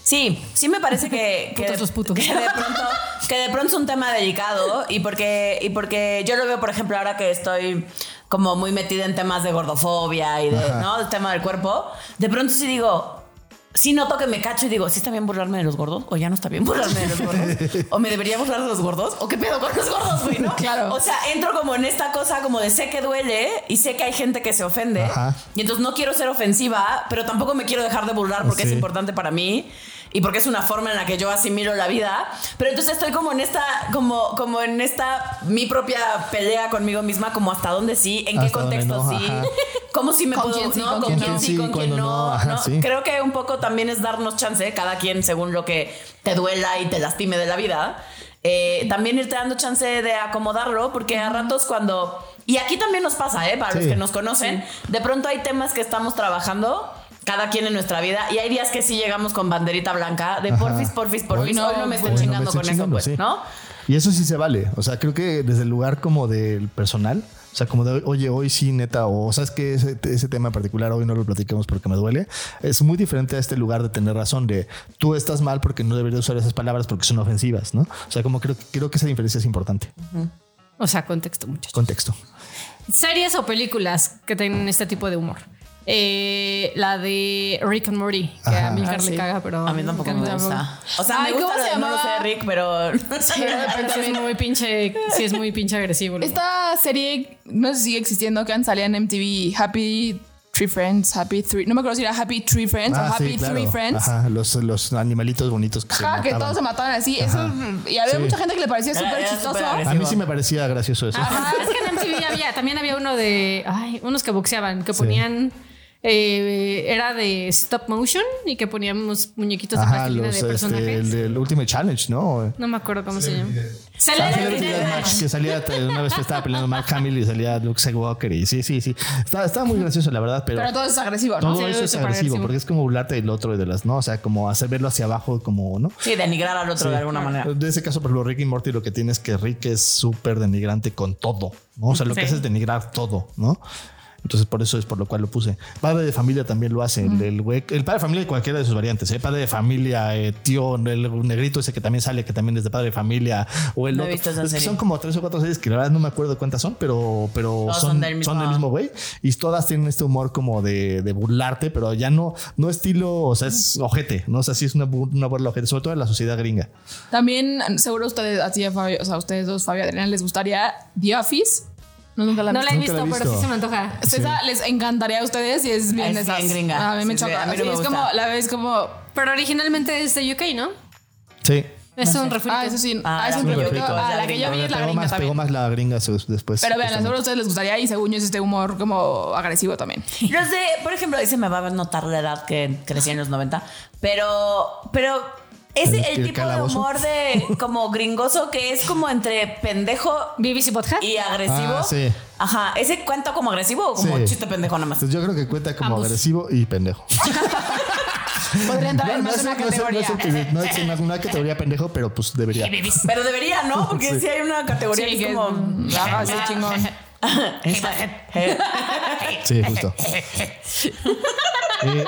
Speaker 3: Sí, sí me parece que, que,
Speaker 5: Putos los putos.
Speaker 3: que de pronto que de pronto es un tema delicado y porque y porque yo lo veo por ejemplo ahora que estoy como muy metida en temas de gordofobia y de,
Speaker 1: Ajá.
Speaker 3: ¿no? del tema del cuerpo, de pronto sí digo Sí noto que me cacho y digo, ¿sí está bien burlarme de los gordos? ¿O ya no está bien burlarme de los gordos? ¿O me debería burlar de los gordos? ¿O qué pedo con los gordos, güey? ¿no?
Speaker 2: Claro.
Speaker 3: O sea, entro como en esta cosa como de sé que duele y sé que hay gente que se ofende.
Speaker 1: Ajá.
Speaker 3: Y entonces no quiero ser ofensiva, pero tampoco me quiero dejar de burlar porque es
Speaker 1: Sí.
Speaker 3: importante para mí y porque es una forma en la que yo asimilo la vida. Pero entonces estoy como en esta, como, como en esta mi propia pelea conmigo misma, como hasta dónde sí, en qué
Speaker 1: Hasta dónde
Speaker 3: contexto
Speaker 1: no,
Speaker 3: sí,
Speaker 1: ajá.
Speaker 3: cómo sí me
Speaker 2: Con
Speaker 3: puedo,
Speaker 2: quién sí,
Speaker 3: ¿no?
Speaker 2: con
Speaker 3: Con
Speaker 2: quién
Speaker 3: quién
Speaker 1: no.
Speaker 3: sí, con quién no.
Speaker 1: ajá,
Speaker 3: ¿no?
Speaker 1: sí.
Speaker 3: Creo que un poco también es darnos chance, cada quien según lo que te duela y te lastime de la vida. eh, también irte dando chance de acomodarlo, porque a ratos cuando. Y aquí también nos pasa, ¿eh? Para los
Speaker 1: Sí.
Speaker 3: que nos conocen, de pronto hay temas que estamos trabajando. Cada quien en nuestra vida. Y hay días que sí llegamos con banderita blanca de
Speaker 1: Ajá.
Speaker 3: porfis, porfis, porfis. Hoy
Speaker 2: no,
Speaker 3: no, me
Speaker 2: hoy
Speaker 3: estén
Speaker 1: no me
Speaker 3: chingando
Speaker 1: estén
Speaker 3: con eso,
Speaker 1: chingando,
Speaker 3: pues,
Speaker 1: sí.
Speaker 3: ¿no?
Speaker 1: Y Y eso sí se vale. O sea, creo que desde el lugar como del personal, o sea, como de, oye, hoy sí, neta, o sabes que ese, ese tema en particular hoy no lo platicamos porque me duele, es muy diferente a este lugar de tener razón, de tú estás mal porque no deberías usar esas palabras porque son ofensivas, ¿no? O sea, como creo, creo que esa diferencia es importante.
Speaker 5: O sea, contexto, muchachos.
Speaker 1: Contexto.
Speaker 5: Series o películas que tienen este tipo de humor. Eh, la de Rick and Morty, que
Speaker 1: Ajá.
Speaker 5: a Milcar
Speaker 2: Ah, sí.
Speaker 5: le caga, pero.
Speaker 3: A mí tampoco me gusta. O sea,
Speaker 2: Ay,
Speaker 3: me
Speaker 2: ¿cómo
Speaker 3: gusta lo
Speaker 2: se
Speaker 3: de no lo
Speaker 2: llamaba?
Speaker 3: sé, Rick, pero.
Speaker 5: Sí, pero sí es muy pinche, sí es muy pinche agresivo. el humor.
Speaker 2: Esta serie, no sé si sigue existiendo, que han salido en MTV, Happy Three Friends, Happy Three, no me acuerdo si era Happy Three Friends o
Speaker 1: Ah, sí,
Speaker 2: Happy
Speaker 1: claro.
Speaker 2: Three Friends.
Speaker 1: Ajá, los, los animalitos bonitos que se
Speaker 2: Ajá, que
Speaker 1: mataban.
Speaker 2: todos se mataban así. Eso, y había
Speaker 1: Sí.
Speaker 2: mucha gente que le parecía
Speaker 3: Era-
Speaker 2: súper
Speaker 3: era
Speaker 2: chistoso.
Speaker 3: súper agresivo.
Speaker 1: A mí sí me parecía gracioso eso.
Speaker 5: Ajá, es que en MTV había, también había uno de, ay, unos que boxeaban, que ponían, eh, era de stop motion y que poníamos muñequitos de
Speaker 1: Ajá,
Speaker 5: plastilina
Speaker 1: los,
Speaker 5: de
Speaker 1: este,
Speaker 5: personajes.
Speaker 1: el del último challenge, ¿no?
Speaker 5: No me acuerdo cómo se llama.
Speaker 1: Ah,
Speaker 5: Celebrity
Speaker 1: Celebrity
Speaker 5: Deathmatch.
Speaker 1: Deathmatch, que salía eh, una vez que estaba peleando Mark Hamill y salía Luke Skywalker y sí, sí, sí. Estaba, estaba muy gracioso, la verdad, pero,
Speaker 2: Pero todo es agresivo, ¿no?
Speaker 1: todo
Speaker 5: sí,
Speaker 1: eso es
Speaker 5: súper
Speaker 1: agresivo,
Speaker 5: agresivo.
Speaker 1: porque es como burlarte del otro y de las, ¿no? O sea, como hacer verlo hacia abajo, como, ¿no?
Speaker 3: Sí, denigrar al otro de alguna manera.
Speaker 1: De ese caso, por ejemplo, Rick y Morty lo que tiene es que Rick es súper denigrante con todo, ¿no? O sea, lo que
Speaker 5: Sí.
Speaker 1: hace es denigrar todo, ¿no? Entonces, por eso es por lo cual lo puse. Padre de familia también lo hace. El, el, güey- el padre de familia de cualquiera de sus variantes. ¿eh? Padre de familia, eh, tío, el negrito ese que también sale, que también es de padre de familia. O el
Speaker 3: No
Speaker 1: otro.
Speaker 3: he visto esa
Speaker 1: Es que
Speaker 3: serie.
Speaker 1: son como tres o cuatro series que la verdad no me acuerdo cuántas son, pero, pero
Speaker 3: Todas
Speaker 1: son,
Speaker 3: son del mismo-
Speaker 1: son del mismo güey. Y todas tienen este humor como de, de burlarte, pero ya no, no estilo, o sea, es ojete. No o sea, sí es una, bu- una burla ojete, sobre todo en la sociedad gringa.
Speaker 2: También, seguro ustedes, así a Fabio, o sea, a ustedes dos, Fabio y Adriana, les gustaría The Office. No, nunca la han
Speaker 5: No la he
Speaker 2: visto.
Speaker 1: Nunca la he
Speaker 5: visto, pero
Speaker 1: visto.
Speaker 5: sí se me antoja.
Speaker 2: Es esa les encantaría a ustedes y es bien
Speaker 3: Ah, Es
Speaker 2: de esas.
Speaker 3: bien gringa.
Speaker 2: A mí me
Speaker 3: Sí, sí,
Speaker 2: choca.
Speaker 3: a mí no
Speaker 2: Sí,
Speaker 3: me
Speaker 2: es
Speaker 3: gusta.
Speaker 2: como, la ves como.
Speaker 5: Pero originalmente es de UK, ¿no?
Speaker 1: Sí.
Speaker 5: Es un refrito.
Speaker 2: Ah, eso sí.
Speaker 3: Ah,
Speaker 2: Ah, es
Speaker 3: la
Speaker 2: un
Speaker 3: gringa.
Speaker 2: refrito.
Speaker 3: Yo vi
Speaker 2: Ah,
Speaker 3: la
Speaker 2: la que yo vi
Speaker 1: Pero
Speaker 2: es la
Speaker 1: pegó
Speaker 2: gringa
Speaker 1: más, pegó
Speaker 2: también.
Speaker 1: más la gringa su- después.
Speaker 2: Pero vean, seguro a
Speaker 1: justamente.
Speaker 2: ustedes les gustaría y según yo es este humor como agresivo también.
Speaker 3: Los de, por ejemplo, ahí se me va a notar la edad que crecí en los 90, pero, pero es
Speaker 1: ¿El-
Speaker 3: el,
Speaker 1: el
Speaker 3: tipo
Speaker 1: calabozo?
Speaker 3: de humor de como gringoso que es como entre pendejo
Speaker 5: BBC Podcast.
Speaker 3: y agresivo.
Speaker 1: Ah, sí.
Speaker 3: Ajá, ese cuento como agresivo o como
Speaker 1: Sí.
Speaker 3: chiste pendejo nada más.
Speaker 1: Entonces, yo creo que cuenta como
Speaker 5: Ambos.
Speaker 1: agresivo y pendejo.
Speaker 2: Podría entrar
Speaker 1: No,
Speaker 2: en
Speaker 1: no
Speaker 2: más
Speaker 1: es-
Speaker 2: una
Speaker 1: no es- no es-
Speaker 2: categoría.
Speaker 1: No es no es una categoría pendejo, pero pues debería.
Speaker 3: Pero debería, ¿no? Porque si hay una categoría
Speaker 2: Sí,
Speaker 3: que
Speaker 2: que
Speaker 3: es
Speaker 2: es-
Speaker 3: como. ah,
Speaker 2: ajá, así chingón.
Speaker 3: Eh,
Speaker 1: Sí, justo. Eh,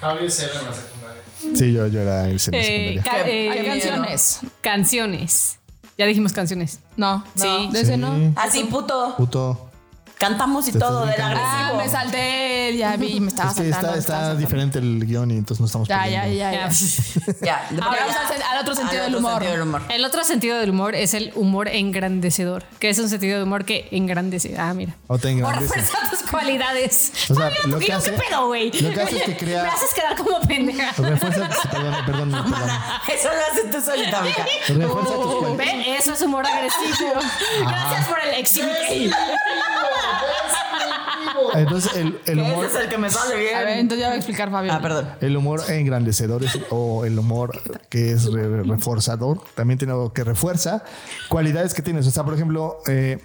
Speaker 9: Javier Serra en la secundaria.
Speaker 1: sí, yo, yo era el en la
Speaker 5: Eh,
Speaker 1: secundaria.
Speaker 5: ca-
Speaker 3: Qué-
Speaker 5: eh,
Speaker 2: Hay canciones.
Speaker 5: Canciones. Ya dijimos canciones.
Speaker 2: No,
Speaker 5: Sí.
Speaker 2: no, de ese no.
Speaker 3: Así, puto.
Speaker 1: Puto.
Speaker 3: Cantamos y
Speaker 1: Te
Speaker 3: todo
Speaker 1: estás
Speaker 3: del
Speaker 2: Ah,
Speaker 3: agresivo.
Speaker 2: me salté, ya vi, me estaba
Speaker 1: Es que está,
Speaker 2: saltando. me
Speaker 1: está
Speaker 2: estaba saltando.
Speaker 1: diferente el guión y entonces no estamos
Speaker 2: Ya, ya,
Speaker 1: perdiendo.
Speaker 2: ya, pues. ya.
Speaker 3: Ya, le
Speaker 2: Ahora
Speaker 3: ponemos
Speaker 2: vamos al- al otro sentido del
Speaker 3: otro
Speaker 2: humor.
Speaker 3: sentido del humor.
Speaker 5: El otro sentido del humor es el humor engrandecedor, que es un sentido de humor que engrandece. Ah, mira.
Speaker 1: O te
Speaker 5: Por
Speaker 1: engrandece.
Speaker 5: refuerzar tus cualidades.
Speaker 1: O sea,
Speaker 5: Fabio,
Speaker 1: lo
Speaker 5: ¿tú
Speaker 1: que
Speaker 5: qué-
Speaker 1: hace-
Speaker 5: ¿qué pedo, güey?
Speaker 1: lo que hace es que crea-
Speaker 5: Me haces quedar como pendeja.
Speaker 1: Refuerza, perdón, perdón, perdón.
Speaker 3: Eso lo haces tú solita, amiga.
Speaker 1: Refuerza tus
Speaker 2: Oh.
Speaker 1: cual-
Speaker 5: Ven, Eso es humor agresivo. Gracias por el exhibir.
Speaker 1: Entonces, el, el humor.
Speaker 3: Ese es el que me sale bien.
Speaker 2: A ver, entonces ya voy a explicar, Fabio.
Speaker 3: Ah, perdón.
Speaker 1: El humor engrandecedor es- o el humor que es re- reforzador también tiene algo que refuerza cualidades que tienes. O sea, por ejemplo, eh,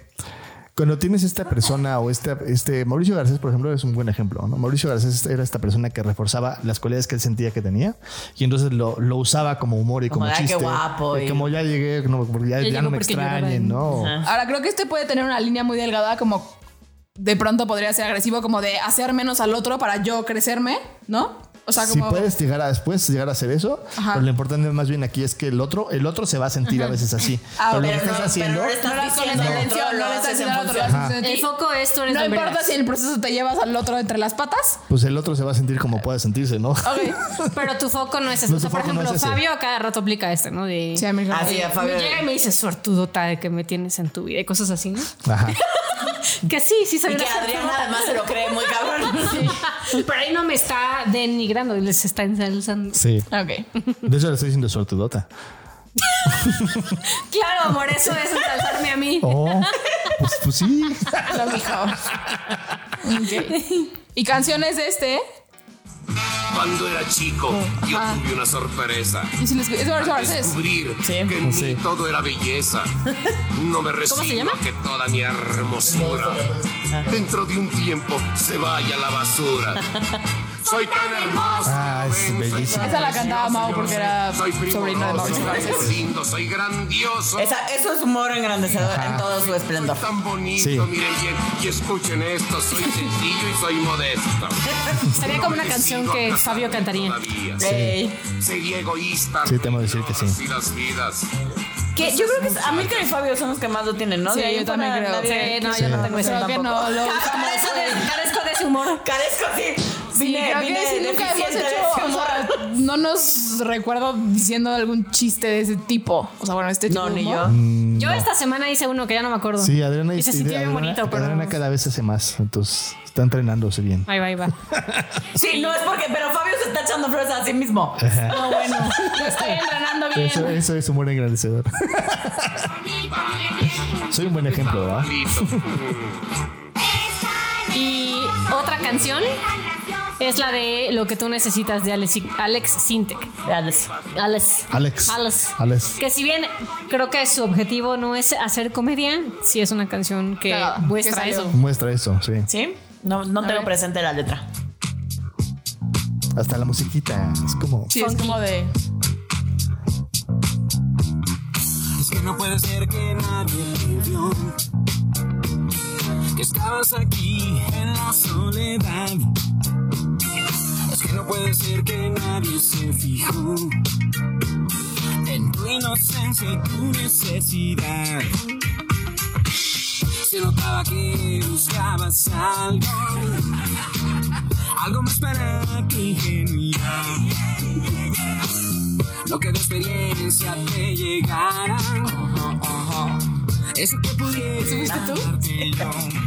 Speaker 1: cuando tienes esta persona o este, este Mauricio Garcés, por ejemplo, es un buen ejemplo. ¿no? Mauricio Garcés era esta persona que reforzaba las cualidades que él sentía que tenía y entonces lo, lo usaba como humor y
Speaker 3: Como
Speaker 1: como,
Speaker 3: de, "Ay, qué
Speaker 1: chiste.
Speaker 3: guapo",
Speaker 1: Y
Speaker 3: y-
Speaker 1: como ya llegué, no, porque ya,
Speaker 5: Ya
Speaker 1: ya
Speaker 5: llegó
Speaker 1: no me
Speaker 5: porque lloraban.
Speaker 1: extrañen, ¿no?
Speaker 2: Ahora creo que este puede tener una línea muy delgada como de pronto podría ser agresivo como de hacer menos al otro para yo crecerme, ¿no? O sea,
Speaker 1: si
Speaker 2: como
Speaker 1: puedes llegar a después llegar a hacer eso,
Speaker 2: Ajá.
Speaker 1: pero lo importante más bien aquí es que el otro, el otro se va a sentir a veces así.
Speaker 2: Ah,
Speaker 1: pero lo
Speaker 2: pero
Speaker 1: que estás
Speaker 3: no,
Speaker 1: haciendo,
Speaker 3: pero no estás
Speaker 2: no las pones
Speaker 3: diciendo
Speaker 2: de
Speaker 3: al otro,
Speaker 2: atención, no
Speaker 3: lo
Speaker 2: le estás
Speaker 3: haces en
Speaker 2: diciendo al otro,
Speaker 3: función.
Speaker 2: lo haces de
Speaker 5: El
Speaker 2: ti.
Speaker 5: foco es tú eres
Speaker 2: No
Speaker 5: don
Speaker 2: importa
Speaker 5: vergas.
Speaker 2: si en el proceso te llevas al otro entre las patas.
Speaker 1: pues el otro se va a sentir como pueda sentirse, ¿no?
Speaker 5: Pero tu foco no es eso.
Speaker 1: No,
Speaker 5: o sea,
Speaker 1: tu
Speaker 5: por
Speaker 1: foco no
Speaker 5: ejemplo,
Speaker 1: es ese.
Speaker 5: Fabio a cada rato aplica este, ¿no? De,
Speaker 2: Sí, a mí
Speaker 3: Ah, sí,
Speaker 2: me
Speaker 3: a Fabio.
Speaker 5: me llega y me dice, suertudota de que me tienes en tu vida y cosas así, ¿no?
Speaker 1: Ajá.
Speaker 5: Que sí, sí soy
Speaker 3: Y
Speaker 5: una
Speaker 3: que Adriana
Speaker 5: suertuda.
Speaker 3: además se lo cree muy cabrón.
Speaker 5: Pero ahí no me está denigrando, les está ensalzando.
Speaker 1: Sí.
Speaker 2: Ok.
Speaker 1: De hecho, le estoy diciendo suertudota.
Speaker 5: Claro, por eso es ensalzarme a mí.
Speaker 1: Oh, pues, pues sí.
Speaker 2: Lo dijo. Ok. Y canciones de este.
Speaker 8: Cuando era chico, yo tuve una sorpresa.
Speaker 2: Y si les- Es Mauricio
Speaker 8: Al
Speaker 2: Garcés.
Speaker 8: descubrir que en
Speaker 1: Sí.
Speaker 8: mí todo era belleza. No me resigno
Speaker 5: llama?
Speaker 8: a que toda mi hermosura dentro de un tiempo se vaya a la basura. Soy tan hermoso.
Speaker 1: Ah, es bellísimo.
Speaker 2: Esa la cantaba Mau porque era sobrina de Mauricio.
Speaker 8: Soy lindo, soy grandioso.
Speaker 3: Esa- eso es humor engrandecedor en todo su
Speaker 8: Soy
Speaker 3: esplendor.
Speaker 8: tan bonito,
Speaker 1: Sí.
Speaker 8: miren bien. Y escuchen esto, soy sencillo y soy modesto.
Speaker 5: Sería como una canción que Fabio cantaría.
Speaker 8: Todavía.
Speaker 3: Ey.
Speaker 8: Sería egoísta.
Speaker 1: Sí, te amo decir que sí.
Speaker 8: Así las vidas.
Speaker 3: Que yo creo que Amílcar y Fabio son los que más lo tienen, ¿no?
Speaker 2: Sí,
Speaker 3: De ahí
Speaker 2: yo
Speaker 3: en
Speaker 2: también
Speaker 3: fuera
Speaker 2: creo.
Speaker 3: nadie-
Speaker 5: Sí, no, yo no tengo eso
Speaker 2: Creo que
Speaker 5: tampoco.
Speaker 2: no lo usamos.
Speaker 3: Carezco de-
Speaker 5: Carezco de ese humor.
Speaker 3: Carezco, sí.
Speaker 2: Sí,
Speaker 3: Vine-
Speaker 2: creo
Speaker 3: vine
Speaker 2: que sí, nunca hemos
Speaker 3: deficiente de ese
Speaker 2: hecho. O
Speaker 3: humor.
Speaker 2: sea, no nos recuerdo diciendo algún chiste de ese tipo. O sea, bueno, este tipo.
Speaker 3: No,
Speaker 2: de
Speaker 3: ni
Speaker 2: humor.
Speaker 3: yo.
Speaker 1: Mm.
Speaker 5: Yo esta semana hice uno que ya no me acuerdo.
Speaker 1: Sí, Adriana
Speaker 5: y se sintió bien
Speaker 1: Adriana-
Speaker 5: bonito, pero
Speaker 1: Adriana cada vez hace más, entonces está entrenándose bien.
Speaker 5: Ahí va, ahí va.
Speaker 3: Sí, no es porque, pero Fabio se está echando flores a sí mismo. Ah,
Speaker 5: No, bueno, lo estoy entrenando bien.
Speaker 1: Eso, eso es humor engrandecedor. Soy un buen ejemplo, ¿verdad?
Speaker 5: Y otra canción es la de Lo que tú necesitas de Alex, Alex Sintek.
Speaker 3: Alex.
Speaker 5: Alex.
Speaker 1: Alex.
Speaker 5: Alex.
Speaker 1: Alex.
Speaker 5: Que si bien creo que su objetivo no es hacer comedia, sí es una canción que
Speaker 3: Ah,
Speaker 2: Claro,
Speaker 5: muestra
Speaker 2: que salió.
Speaker 5: eso.
Speaker 1: Muestra eso, sí.
Speaker 3: ¿Sí? No, no tengo
Speaker 5: ver.
Speaker 3: presente la letra.
Speaker 1: Hasta la musiquita. Es como.
Speaker 2: Sí, es como de.
Speaker 10: Es que no puede ser que nadie te vio. Que estabas aquí en la soledad. Es que no puede ser que nadie se fijó. En tu inocencia y tu necesidad. Se notaba que buscabas algo. Algo más para tu ingenuidad lo que de experiencia te llegara. Eso que pudiese ¿Subiste tú?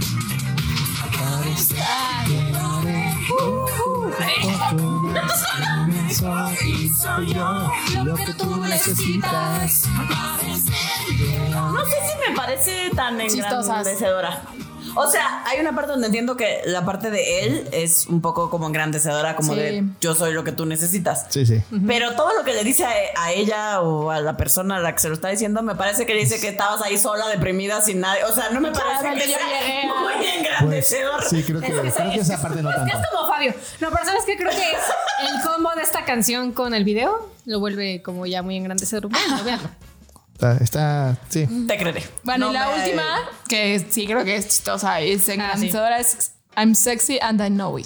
Speaker 10: soy yo lo que tú necesitas.
Speaker 3: No sé si me parece tan
Speaker 2: Chistosas.
Speaker 3: engrandecedora. O sea, hay una parte donde entiendo que la parte de él es un poco como engrandecedora, como
Speaker 2: Sí.
Speaker 3: de yo soy lo que tú necesitas.
Speaker 1: Sí, sí.
Speaker 3: Pero todo lo que le dice a, a ella o a la persona a la que se lo está diciendo, me parece que le dice que estabas ahí sola, deprimida, sin nadie. O sea, no me parece
Speaker 2: Claro,
Speaker 3: que
Speaker 2: yo llegué
Speaker 3: sea
Speaker 2: a-
Speaker 3: muy
Speaker 1: Pues,
Speaker 3: engrandecedor.
Speaker 1: sí, creo que, creo que esa parte no
Speaker 5: Es que
Speaker 1: tanto.
Speaker 5: es como Fabio. No, pero sabes que creo que el combo de esta canción con el video lo vuelve como ya muy engrandecedor. Bueno, veanlo.
Speaker 1: Está, está- sí.
Speaker 3: Te creeré.
Speaker 2: Bueno,
Speaker 3: No
Speaker 2: y la
Speaker 3: me- Ah,
Speaker 2: última, que sí creo que es chistosa y es engrandecedora, es I'm sexy and I know it.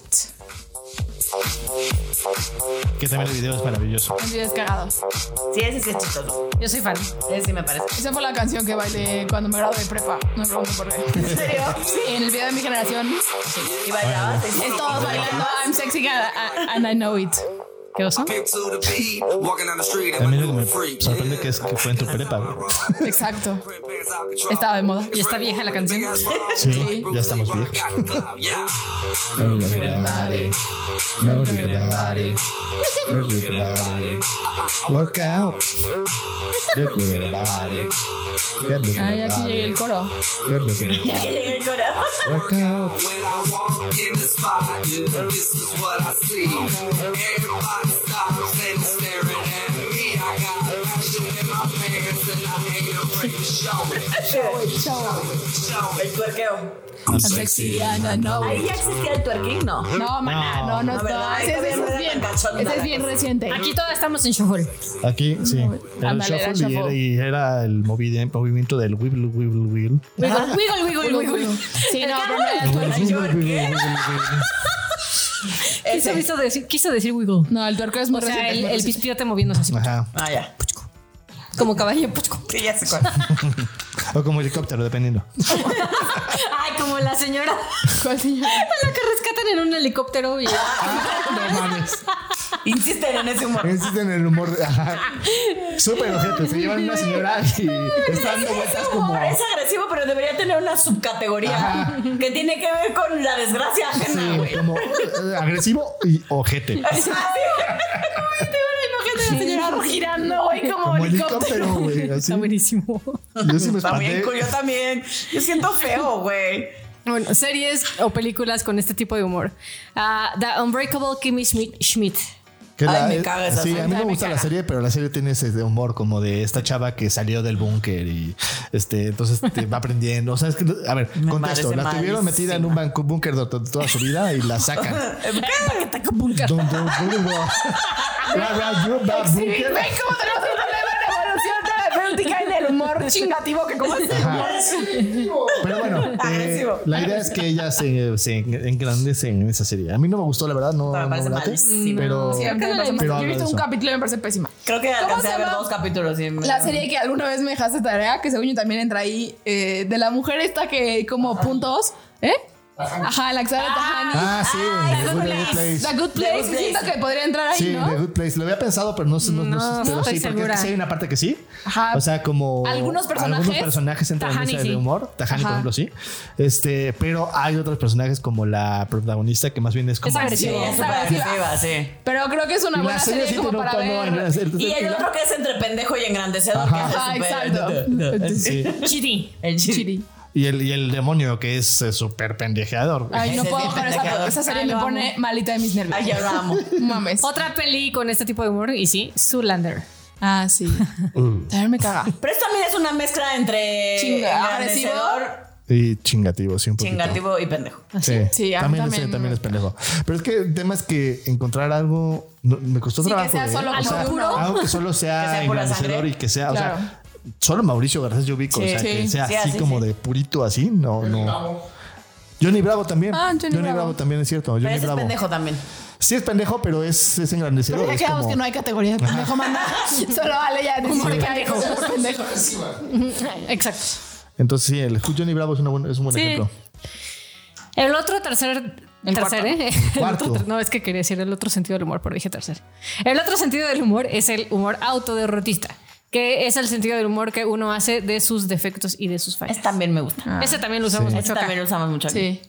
Speaker 1: Que también el video es maravilloso.
Speaker 2: Así es cagado.
Speaker 3: Sí, ese sí es chistoso.
Speaker 5: Yo soy fan.
Speaker 3: Ese sí me parece.
Speaker 2: Esa fue la canción que bailé cuando me gradué de prepa. No me pregunto por qué. ¿En serio? En el video de mi generación,
Speaker 3: Y bailaba.
Speaker 2: es todos bailando I'm sexy and, and I know it.
Speaker 5: ¿Qué oso?
Speaker 1: También lo que me sorprende que es que fue en tu prepa. güey.
Speaker 2: Exacto. Estaba de moda.
Speaker 5: Y está vieja la canción.
Speaker 1: Sí, ya estamos bien. Workout.
Speaker 2: Ay, aquí llegué el coro.
Speaker 1: Workout.
Speaker 3: El tuerqueo.
Speaker 2: I'm sexy and I know it.
Speaker 3: Ahí ya existía el tuerquín, ¿no?
Speaker 2: No, maná, no, no,
Speaker 3: No,
Speaker 2: no.
Speaker 3: ¿verdad?
Speaker 2: Ese ese es bien, ese es bien reciente.
Speaker 5: Aquí todas estamos en shuffle.
Speaker 1: Aquí, sí. Era el
Speaker 2: Ándale, era
Speaker 1: shuffle y era,
Speaker 2: shuffle.
Speaker 1: y era el movi- movimiento del wibble, wibble, wibble. Ah.
Speaker 5: Wiggle, wiggle, wiggle, wiggle.
Speaker 2: Sí,
Speaker 5: El
Speaker 2: no,
Speaker 5: cabrón
Speaker 2: pero no era el tuerco.
Speaker 5: Quiso, quiso decir, quiso decir wiggle.
Speaker 2: No, el tuerco es muy
Speaker 5: O sea,
Speaker 2: reciente. es
Speaker 5: el,
Speaker 2: muy
Speaker 5: el
Speaker 2: reciente.
Speaker 5: pispiote moviéndose así.
Speaker 1: Ajá.
Speaker 3: Ah, ya.
Speaker 5: Como caballo. puchco.
Speaker 3: Sí, ya sé cuál.
Speaker 1: O como helicóptero, dependiendo.
Speaker 5: Ay, como la señora.
Speaker 2: ¿Cuál señora?
Speaker 5: La que rescatan en un helicóptero. Y...
Speaker 1: No mames.
Speaker 3: Insisten en ese humor.
Speaker 1: Insisten en el humor. de- Ajá. Súper ojete. Se llevan una señora y está dando vueltas como.
Speaker 3: Es agresivo, pero debería tener una subcategoría
Speaker 1: Ajá.
Speaker 3: que tiene que ver con la desgracia ajena, güey.
Speaker 1: Sí, como eh, agresivo y ojete.
Speaker 3: Es así. Te van a imaginar a la señora girando, güey, como,
Speaker 1: Como
Speaker 3: helicóptero.
Speaker 1: helicóptero, güey. Así.
Speaker 5: Está buenísimo.
Speaker 1: Yo sí me
Speaker 3: También,
Speaker 1: espanté.
Speaker 3: yo también. Yo siento feo, güey.
Speaker 5: Bueno, series o películas con este tipo de humor. Ah, The Unbreakable Kimmy Schmidt. Schmidt.
Speaker 1: Que Que
Speaker 3: Ay,
Speaker 1: la-
Speaker 3: me caga esa
Speaker 1: sí,
Speaker 3: serie.
Speaker 1: a mí me
Speaker 3: Ay, me
Speaker 1: gusta la
Speaker 3: caga.
Speaker 1: serie, pero la serie tiene ese de humor como de esta chava que salió del búnker y este, entonces te va aprendiendo. O sea, es que, a ver,
Speaker 3: Me
Speaker 1: contexto.
Speaker 3: parece
Speaker 1: La tuvieron metida en un ban- búnker de- de toda su vida y la sacan. Don- don- don- don- La- la- yo- la
Speaker 2: Sí,
Speaker 1: búnker.
Speaker 2: güey, ¿cómo tenemos un problema en evolución terapéutica y en el humor chingativo que como este humor?
Speaker 1: Pero bueno, eh, la idea es que ella se, se engrandece en esa serie. A mí no me gustó, la verdad, no,
Speaker 3: No, me
Speaker 1: no
Speaker 3: parece
Speaker 1: late,
Speaker 3: malísimo.
Speaker 1: pero,
Speaker 2: Sí, a mí también me
Speaker 1: pero
Speaker 2: parece mal. Yo he
Speaker 1: habla de
Speaker 2: visto un
Speaker 1: eso.
Speaker 2: capítulo y me parece pésima.
Speaker 3: Creo que
Speaker 2: ¿Cómo
Speaker 3: alcancé
Speaker 2: se
Speaker 3: a ver
Speaker 2: llama?
Speaker 3: dos capítulos. y me-
Speaker 2: La serie que alguna vez me dejaste tarea, que según yo también entra ahí, eh, de la mujer esta que como puntos, ¿eh? Ajá, la que sale Tajani.
Speaker 1: Ah, sí,
Speaker 3: Ay,
Speaker 1: The
Speaker 3: Good
Speaker 1: Good Place.
Speaker 2: The Good Place,
Speaker 3: The Good
Speaker 2: siento
Speaker 3: Place.
Speaker 2: que podría entrar ahí,
Speaker 1: Sí,
Speaker 2: ¿no?
Speaker 1: The Good Place. Lo había pensado, pero no, sé- no, no sé-
Speaker 5: No,
Speaker 1: pero
Speaker 5: estoy
Speaker 1: sí, porque
Speaker 5: segura.
Speaker 1: sí hay una parte que sí.
Speaker 2: Ajá.
Speaker 1: O sea, como
Speaker 2: Algunos personajes,
Speaker 1: algunos personajes entran en
Speaker 5: Tahani
Speaker 1: esa
Speaker 5: sí.
Speaker 1: de humor, Tajani por
Speaker 2: Ajá.
Speaker 1: ejemplo sí. Este, pero hay otros personajes como la protagonista que más bien es como
Speaker 5: Es agresiva.
Speaker 3: Sí, ella es
Speaker 2: Está
Speaker 3: súper
Speaker 2: agresiva.
Speaker 3: agresiva, sí.
Speaker 2: Pero creo que es una
Speaker 1: Y
Speaker 2: buena serie,
Speaker 1: sí
Speaker 2: como
Speaker 1: tiene un
Speaker 2: para
Speaker 1: tono
Speaker 2: ver.
Speaker 1: en- en-
Speaker 3: Y el
Speaker 1: la-
Speaker 3: otro que es entre pendejo y engrandecedor.
Speaker 1: Ajá.
Speaker 3: Que
Speaker 2: Ah,
Speaker 3: hace súper-
Speaker 2: exacto.
Speaker 1: sí.
Speaker 5: Chidi.
Speaker 3: El chiri.
Speaker 2: Chiri.
Speaker 1: Y el, y el demonio que es eh, súper pendejeador. güey.
Speaker 2: Ay, no
Speaker 3: Ese
Speaker 2: puedo
Speaker 3: sí,
Speaker 2: bajar esa,
Speaker 3: pendejado.
Speaker 2: esa serie,
Speaker 5: Ay,
Speaker 2: me
Speaker 5: lo
Speaker 2: pone
Speaker 5: amo.
Speaker 2: malita de mis nervios.
Speaker 3: Ay, yo lo amo.
Speaker 2: Mames.
Speaker 5: Otra peli con este tipo de humor y sí, Zoolander.
Speaker 2: Ah, sí.
Speaker 1: Uh,
Speaker 2: También me caga.
Speaker 3: Pero esto también es una mezcla entre
Speaker 2: Chinga,
Speaker 3: engrandecedor,
Speaker 1: Y chingativo, sí, un poquito.
Speaker 3: chingativo y pendejo.
Speaker 1: Sí,
Speaker 2: Sí, a mí
Speaker 1: también,
Speaker 2: también.
Speaker 1: Es, también es pendejo. Pero es que el tema es que encontrar algo no- me costó
Speaker 2: Sí, que
Speaker 1: trabajo.
Speaker 2: sea
Speaker 1: ¿eh?
Speaker 2: solo
Speaker 1: O sea,
Speaker 2: como puro.
Speaker 1: Algo que solo sea,
Speaker 3: Que sea pura
Speaker 1: engrandecedor
Speaker 3: sangre.
Speaker 1: y que sea, o
Speaker 2: Claro.
Speaker 1: sea, solo Mauricio Garcés yo ubico, o
Speaker 3: Sí.
Speaker 1: sea, que
Speaker 2: Sí.
Speaker 1: sea
Speaker 3: Sí,
Speaker 1: así
Speaker 3: así,
Speaker 1: como
Speaker 3: sí.
Speaker 1: de purito así, no, no. Johnny Bravo también.
Speaker 2: Ah, Johnny Bravo.
Speaker 1: también es cierto.
Speaker 3: Pero
Speaker 1: Johnny
Speaker 3: ese es
Speaker 1: Bravo.
Speaker 3: pendejo también.
Speaker 1: Sí es pendejo, pero es, es engrandecedor.
Speaker 2: Pero ya
Speaker 1: es
Speaker 2: quedamos
Speaker 1: como-
Speaker 2: que no hay categoría de pendejo, mamá. Solo vale ya decir que hay como pendejo.
Speaker 5: Exacto.
Speaker 1: Entonces sí, el Johnny Bravo es, una buena- es un buen
Speaker 5: Sí.
Speaker 1: ejemplo.
Speaker 5: El otro tercer.
Speaker 2: El
Speaker 5: tercer,
Speaker 2: cuarto.
Speaker 5: ¿eh?
Speaker 1: El cuarto.
Speaker 5: otro ter- no, es que quería decir el otro sentido del humor, pero dije tercer. El otro sentido del humor es el humor autoderrotista, que es el sentido del humor que uno hace de sus defectos y de sus fallas.
Speaker 3: Ese también me gusta.
Speaker 5: Ese también lo usamos
Speaker 1: Sí.
Speaker 5: mucho
Speaker 3: Ese
Speaker 5: acá.
Speaker 3: también lo usamos mucho aquí.
Speaker 2: Sí.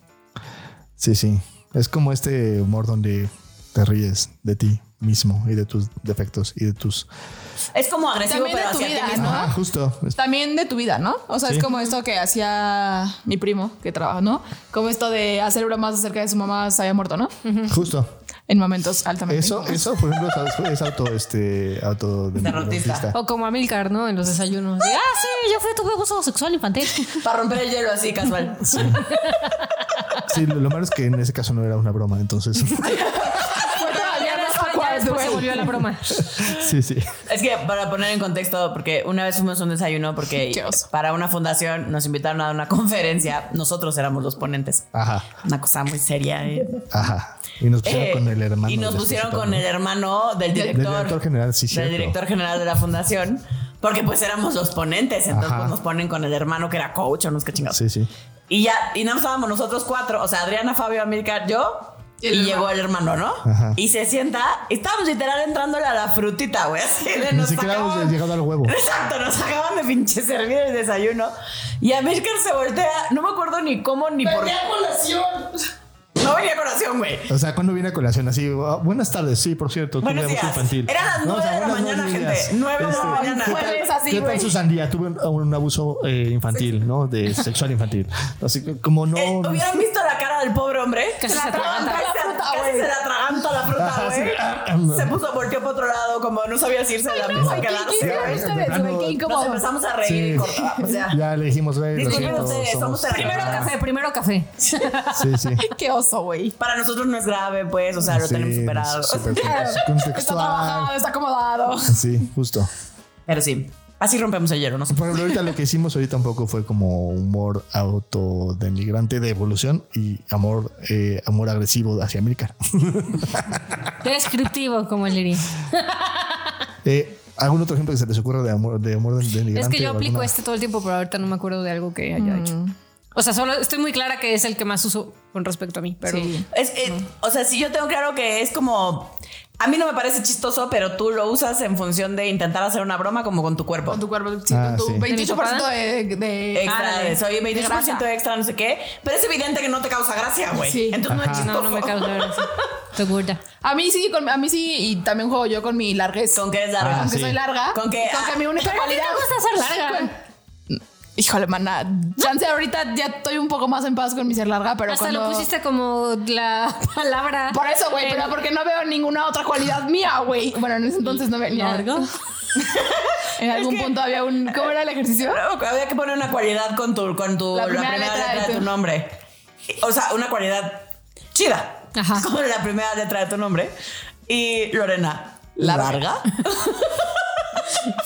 Speaker 1: Sí, sí. Es como este humor donde te ríes de ti mismo y de tus defectos y de tus...
Speaker 3: Es como agresivo,
Speaker 2: También
Speaker 3: pero
Speaker 2: de tu
Speaker 3: hacia ti
Speaker 2: vida,
Speaker 3: mismo.
Speaker 2: ¿no?
Speaker 1: Ajá, justo.
Speaker 2: También de tu vida, ¿no? O sea,
Speaker 1: Sí.
Speaker 2: es como esto que hacía mi primo que trabaja, ¿no? Como esto de hacer bromas acerca de su mamá se había muerto, ¿no?
Speaker 1: Justo.
Speaker 2: En momentos altamente.
Speaker 1: Eso, eso, por ejemplo, es- es auto, este, auto de
Speaker 3: Derrotista.
Speaker 1: derrotista.
Speaker 5: O como Amilcar, ¿no? En los desayunos. de, ah, sí, yo fui tuve abuso sexual infantil.
Speaker 3: Para romper el hielo así casual.
Speaker 1: Sí, lo, lo malo es que en ese caso no era una broma, entonces.
Speaker 2: Fue todavía más
Speaker 5: Ya
Speaker 2: awkward,
Speaker 5: después se
Speaker 2: güey.
Speaker 5: volvió la broma.
Speaker 1: Sí, sí.
Speaker 3: Es que para poner en contexto, porque una vez fuimos a un desayuno, porque
Speaker 2: Qué oso.
Speaker 3: para una fundación nos invitaron a una conferencia. Nosotros éramos los ponentes.
Speaker 1: Ajá,
Speaker 3: Una cosa muy seria. eh.
Speaker 1: ajá. Y nos pusieron
Speaker 3: Eh,
Speaker 1: con el hermano.
Speaker 3: y nos
Speaker 1: del
Speaker 3: pusieron
Speaker 1: escritor,
Speaker 3: con
Speaker 1: ¿no?
Speaker 3: el hermano del
Speaker 1: Del
Speaker 3: director.
Speaker 1: director general, sí,
Speaker 3: del
Speaker 1: cierto.
Speaker 3: director general de la fundación. Porque pues éramos los ponentes. Entonces
Speaker 1: Ajá.
Speaker 3: pues, nos ponen con el hermano que era coach o no sé qué chingados.
Speaker 1: Sí, sí.
Speaker 3: Y ya, y nada más estábamos nosotros cuatro, o sea, Adriana, Fabio, Amilcar, yo. Y, llegó el hermano, ¿no?
Speaker 1: Ajá.
Speaker 3: Y se sienta, y estábamos literal entrándole a la frutita, güey. Así de
Speaker 1: Ni
Speaker 3: nos
Speaker 1: siquiera hemos
Speaker 3: acababan-
Speaker 1: llegado al huevo.
Speaker 3: Exacto, nos acaban de pinche servir el desayuno. Y Amilcar se voltea, no me acuerdo ni cómo ni por qué.
Speaker 9: colación!
Speaker 3: No venía a colación, güey.
Speaker 1: O sea, cuando viene a colación así, "Ah, buenas tardes, sí, por cierto, tuve
Speaker 3: Buenos
Speaker 1: abuso
Speaker 3: días.
Speaker 1: infantil.
Speaker 3: Eran las
Speaker 1: No, o
Speaker 3: nueve
Speaker 1: sea,
Speaker 3: de la
Speaker 1: buenas
Speaker 3: mañana,
Speaker 1: noches,
Speaker 3: gente.
Speaker 1: días.
Speaker 3: Nueve de la mañana. Eh,
Speaker 2: Jueves así,
Speaker 1: ¿Qué
Speaker 2: güey.
Speaker 1: tal su sandía? Tuve un, un abuso eh, infantil, ¿no? De sexual infantil. Así que como no...
Speaker 3: Eh, ¿Hubieran visto la cara del pobre hombre?
Speaker 5: Casi se
Speaker 3: Casi
Speaker 5: atraganta.
Speaker 3: se-
Speaker 2: la fruta,
Speaker 3: casi
Speaker 2: güey.
Speaker 3: se la atraganta la fruta,
Speaker 1: Ajá, Ah, sí.
Speaker 3: güey. Se puso, volteó para otro lado, como no sabía si irse de la
Speaker 2: No,
Speaker 3: mesa o
Speaker 2: güey, ¿qué
Speaker 3: quedarse,
Speaker 2: hicieron
Speaker 3: güey.
Speaker 2: ustedes, güey? Qué
Speaker 3: Nos
Speaker 2: incómodo.
Speaker 3: empezamos a reír y
Speaker 1: Sí.
Speaker 3: cortar. O sea,
Speaker 1: ya le dijimos, güey, lo
Speaker 3: Disculpen
Speaker 1: siento,
Speaker 3: ustedes, somos
Speaker 5: Primero
Speaker 3: Ah.
Speaker 5: café, primero café.
Speaker 1: Sí, sí.
Speaker 2: Qué oso, güey.
Speaker 3: para nosotros no es grave, pues, o sea, lo
Speaker 1: Sí,
Speaker 3: tenemos superado.
Speaker 1: súper
Speaker 2: Claro. Está trabajado,
Speaker 1: contextual.
Speaker 2: está acomodado.
Speaker 1: Sí, justo.
Speaker 3: Pero sí, así rompemos el hielo, ¿no?
Speaker 1: Por ejemplo, ahorita lo que hicimos ahorita un poco fue como humor autodenigrante de evolución y amor, eh, amor agresivo hacia América.
Speaker 5: Descriptivo, como él diría.
Speaker 1: Eh, ¿Algún otro ejemplo que se les ocurra de amor, de amor denigrante?
Speaker 5: Es que yo
Speaker 1: o
Speaker 5: aplico
Speaker 1: alguna-
Speaker 5: este todo el tiempo, pero ahorita no me acuerdo de algo que haya hecho. O sea, solo estoy muy clara que es el que más uso con respecto a mí, pero
Speaker 2: Sí.
Speaker 3: Es, eh, O sea, sí, yo tengo claro que es como. A mí no me parece chistoso, pero tú lo usas en función de intentar hacer una broma como con tu cuerpo.
Speaker 2: Con tu cuerpo, sí,
Speaker 1: Ah,
Speaker 2: con tu
Speaker 1: sí.
Speaker 2: 28% de, de-
Speaker 3: extra,
Speaker 2: ah,
Speaker 3: de-
Speaker 2: de-
Speaker 3: soy
Speaker 2: de
Speaker 3: 28%
Speaker 2: grasa.
Speaker 3: extra, no sé qué. Pero es evidente que no te causa gracia, güey.
Speaker 2: Sí.
Speaker 3: Entonces no es
Speaker 5: no,
Speaker 3: chistoso.
Speaker 5: no me causa gracia. Estoy gorda.
Speaker 2: A mí sí, con- a mí sí, y también juego yo con mi larguez.
Speaker 3: Con que eres
Speaker 1: Ah,
Speaker 3: larga.
Speaker 2: Con que
Speaker 1: sí.
Speaker 2: soy larga.
Speaker 3: Con que-
Speaker 2: Con
Speaker 3: ah,
Speaker 2: mi única
Speaker 5: Pero a ti
Speaker 2: cualidad.
Speaker 5: te gusta ser larga.
Speaker 2: Híjole, maná. Chance, ahorita ya estoy un poco más en paz con mi ser larga, pero
Speaker 5: Hasta
Speaker 2: cuando...
Speaker 5: lo pusiste como la palabra.
Speaker 2: Por eso, güey,
Speaker 5: en-
Speaker 2: pero porque no veo ninguna otra cualidad mía, güey. Bueno, en ese entonces no veía.
Speaker 5: Largo.
Speaker 2: En algún punto había un. ¿Cómo era el ejercicio?
Speaker 3: Claro, había que poner una cualidad con tu, con tu la primera, letra, de tu nombre. O sea, una cualidad chida.
Speaker 5: Ajá.
Speaker 3: Con la primera letra de tu nombre. Y Lorena,
Speaker 2: Larga.
Speaker 3: larga.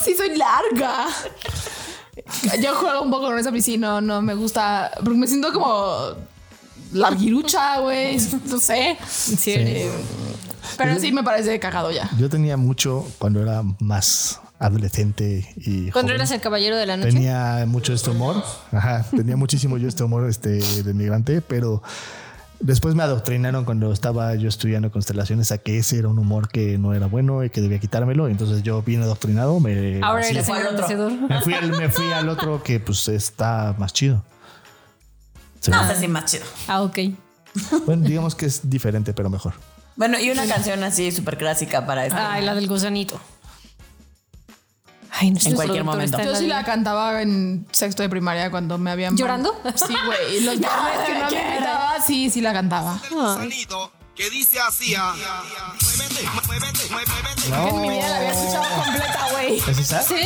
Speaker 2: Sí, soy larga. Yo juego un poco con eso, pero sí, no, no me gusta. Porque me siento como larguirucha, güey. No sé. Eh, Pero sí me parece cagado ya.
Speaker 1: Yo tenía mucho cuando era más adolescente y
Speaker 5: Cuando
Speaker 1: joven.
Speaker 5: eras el caballero de la noche.
Speaker 1: tenía mucho este humor. Ajá, tenía muchísimo yo este humor este, de migrante, pero después me adoctrinaron cuando estaba yo estudiando constelaciones a que ese era un humor que no era bueno y que debía quitármelo. Entonces yo bien adoctrinado me,
Speaker 5: Ahora
Speaker 1: sí,
Speaker 5: eres
Speaker 3: fue
Speaker 5: el
Speaker 3: al otro.
Speaker 5: vencedor.
Speaker 1: me, fui al, me fui al otro que pues está más chido. Sí.
Speaker 3: No sé si más chido.
Speaker 5: Ah, ok.
Speaker 1: Bueno, digamos que es diferente, pero mejor.
Speaker 3: Bueno, y una canción así súper clásica para esto.
Speaker 5: Ay, la del gusanito. Ay, no
Speaker 3: En cualquier momento.
Speaker 2: Yo sí la cantaba en sexto de primaria cuando me habían.
Speaker 5: ¿Llorando?
Speaker 2: Sí, güey. Y Los viernes que no me invitaba, sí, sí la cantaba.
Speaker 8: Sanito, que dice así, ah, muévete, muévete, muévete,
Speaker 1: No.
Speaker 2: En mi vida la había escuchado completa, güey.
Speaker 1: ¿Es esa?
Speaker 5: Sí.
Speaker 1: Sí.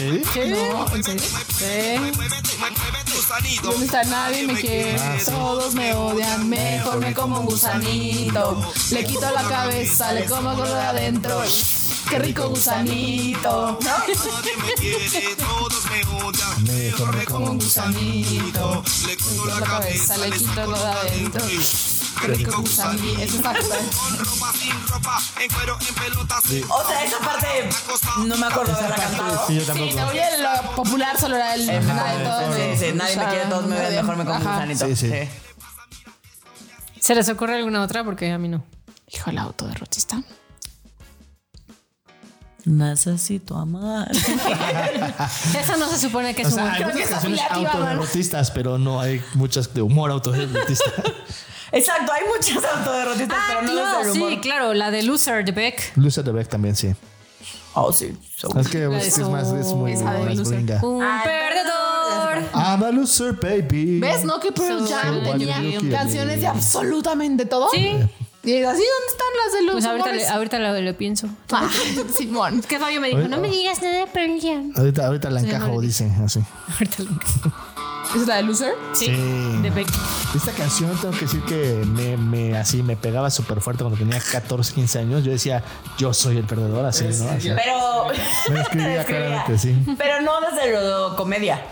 Speaker 2: No, en serio. Sí.
Speaker 8: muévete, muévete, gusanito.
Speaker 2: ¿Dónde está nadie? Me quiere.
Speaker 3: Ah,
Speaker 2: Todos me odian. Mejor me como un gusanito. Le quito la cabeza, le como gordo de adentro. Qué rico gusanito. ¿No?
Speaker 8: Nadie me quiere, todos me odian.
Speaker 1: Mejor me como un
Speaker 2: Gusanito.
Speaker 8: Le quito
Speaker 2: La cabeza, le quito lo de adentro. Qué rico gusanito. Eso está
Speaker 8: Con ropa, sin ropa, en cuero, en pelota, sin
Speaker 3: O sea, esa parte no me acuerdo de haberla cantado.
Speaker 1: Sí, yo tampoco.
Speaker 2: Te voy a lo popular solo era el. nadie, todos
Speaker 3: Sí,
Speaker 2: me-
Speaker 3: sí, nadie me quiere, todos me ven, mejor me como un
Speaker 2: Ajá.
Speaker 3: gusanito.
Speaker 1: Sí, sí.
Speaker 5: ¿Se les ocurre alguna otra? Porque a mí no.
Speaker 2: Hijo, el autoderrotista.
Speaker 3: Necesito amar.
Speaker 5: Esa no se supone que es
Speaker 1: O
Speaker 5: un
Speaker 1: sea, Ah, hay
Speaker 2: Creo que
Speaker 1: muchas
Speaker 2: es
Speaker 1: canciones
Speaker 2: afiliativa, ¿no?
Speaker 1: autoderrotistas, pero no hay muchas de humor autoderrotista.
Speaker 3: Exacto, hay muchas autoderrotistas,
Speaker 5: Ah,
Speaker 3: pero no
Speaker 5: claro,
Speaker 3: desde el humor.
Speaker 5: sí, claro, la de Loser de Beck.
Speaker 1: Lucia de Beck también, sí.
Speaker 3: Oh, sí. so-
Speaker 1: Es que es, que es más, es muy
Speaker 2: Esa de
Speaker 1: más
Speaker 2: Loser.
Speaker 1: gringa.
Speaker 5: Un
Speaker 3: Ay,
Speaker 5: perdedor.
Speaker 1: I'm a loser, baby.
Speaker 2: ¿Ves? ¿No? Que Pearl Jam
Speaker 1: So-
Speaker 2: tenía
Speaker 1: Yuki.
Speaker 2: canciones de absolutamente todo.
Speaker 5: Sí.
Speaker 2: Y así, ¿dónde están las de los
Speaker 5: Pues ahorita,
Speaker 2: humores?
Speaker 5: le- ahorita lo, lo pienso.
Speaker 2: Ah, Simón.
Speaker 5: Es que Fabio me dijo, no me digas nada de Pearl Jam".
Speaker 1: Ahorita, ahorita la encajo, dicen así.
Speaker 5: Ahorita lo
Speaker 2: ¿Esa ¿Es la de Loser?
Speaker 5: Sí,
Speaker 1: Sí.
Speaker 5: de Beck.
Speaker 1: Esta canción tengo que decir que me, me- así me pegaba súper fuerte cuando tenía 14, 15 años. Yo decía, yo soy el perdedor, así,
Speaker 5: Pues
Speaker 1: ¿no? O sea,
Speaker 3: Pero.
Speaker 1: Ah, me escribía claramente, sí.
Speaker 3: Pero no desde lo comedia.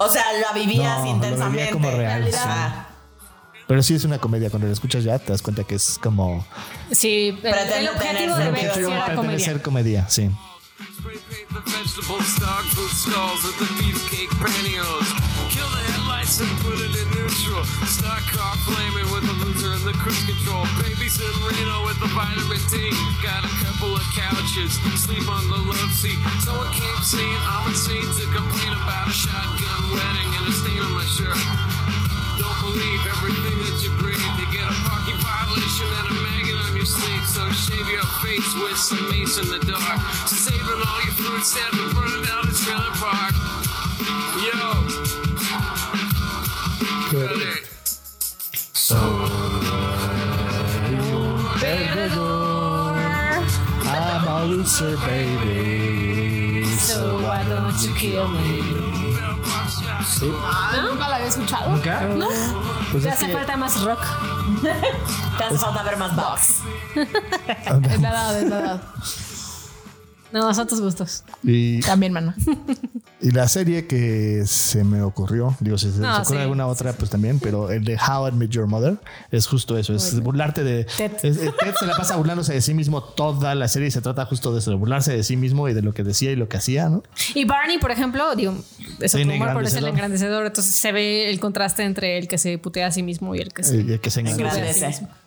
Speaker 3: O sea, la vivías
Speaker 1: No, lo
Speaker 3: intensamente.
Speaker 1: vivía como real,
Speaker 3: Realidad.
Speaker 1: sí.
Speaker 3: Ah,
Speaker 1: Pero sí es una comedia. Cuando la escuchas ya te das cuenta que es como
Speaker 5: Sí, el,
Speaker 3: Pretendo
Speaker 5: el objetivo
Speaker 3: tener
Speaker 5: de Beck sí
Speaker 3: sentido
Speaker 5: era
Speaker 3: humor.
Speaker 5: comedia.
Speaker 1: ser comedia, sí.
Speaker 8: Spray paint the vegetable stock with skulls at the beefcake pantyhose. Kill the headlights and put it in neutral. Stock car flaming with the loser and the cruise control. Babies in Reno with the vitamin D. Got a couple of couches, sleep on the love seat. Someone came saying I'm insane to complain about a shotgun wedding and a stain on my shirt. Don't believe everything that you breathe. You get a parking violation and a maggot on your sleeve. So shave your face with some mace in the dark. Saving all your food stamps and burning down the trailer park. Yo. Got it.
Speaker 1: I'm a loser, baby. So why don't you kill me? Sí.
Speaker 2: Nunca la había escuchado.
Speaker 1: ¿Nunca? No. Pues
Speaker 5: Te
Speaker 1: es
Speaker 5: hace
Speaker 1: que
Speaker 5: falta más rock.
Speaker 3: Te hace falta ver más box.
Speaker 2: Es la edad, es la edad.
Speaker 5: No, son tus gustos.
Speaker 1: y,
Speaker 2: También, mana.
Speaker 1: y la serie que se me ocurrió, digo, si se
Speaker 5: No,
Speaker 1: les ocurre
Speaker 5: sí.
Speaker 1: alguna otra, pues también, pero el de How I Met Your Mother es justo eso, es burlarte de...
Speaker 5: Ted.
Speaker 1: es- es- Ted se la pasa burlándose de sí mismo toda la serie y se trata justo de eso, de burlarse de sí mismo y de lo que decía y lo que hacía, ¿no?
Speaker 5: Y Barney, por ejemplo, digo, es otro
Speaker 1: Tiene
Speaker 5: humor, pero es el
Speaker 1: engrandecedor.
Speaker 5: engrandecedor. Entonces se ve el contraste entre el que se putea a sí mismo y el que se.
Speaker 1: Y el Eh, que se engrandece.
Speaker 5: Engrandece.
Speaker 3: Grandece.
Speaker 5: sí mismo.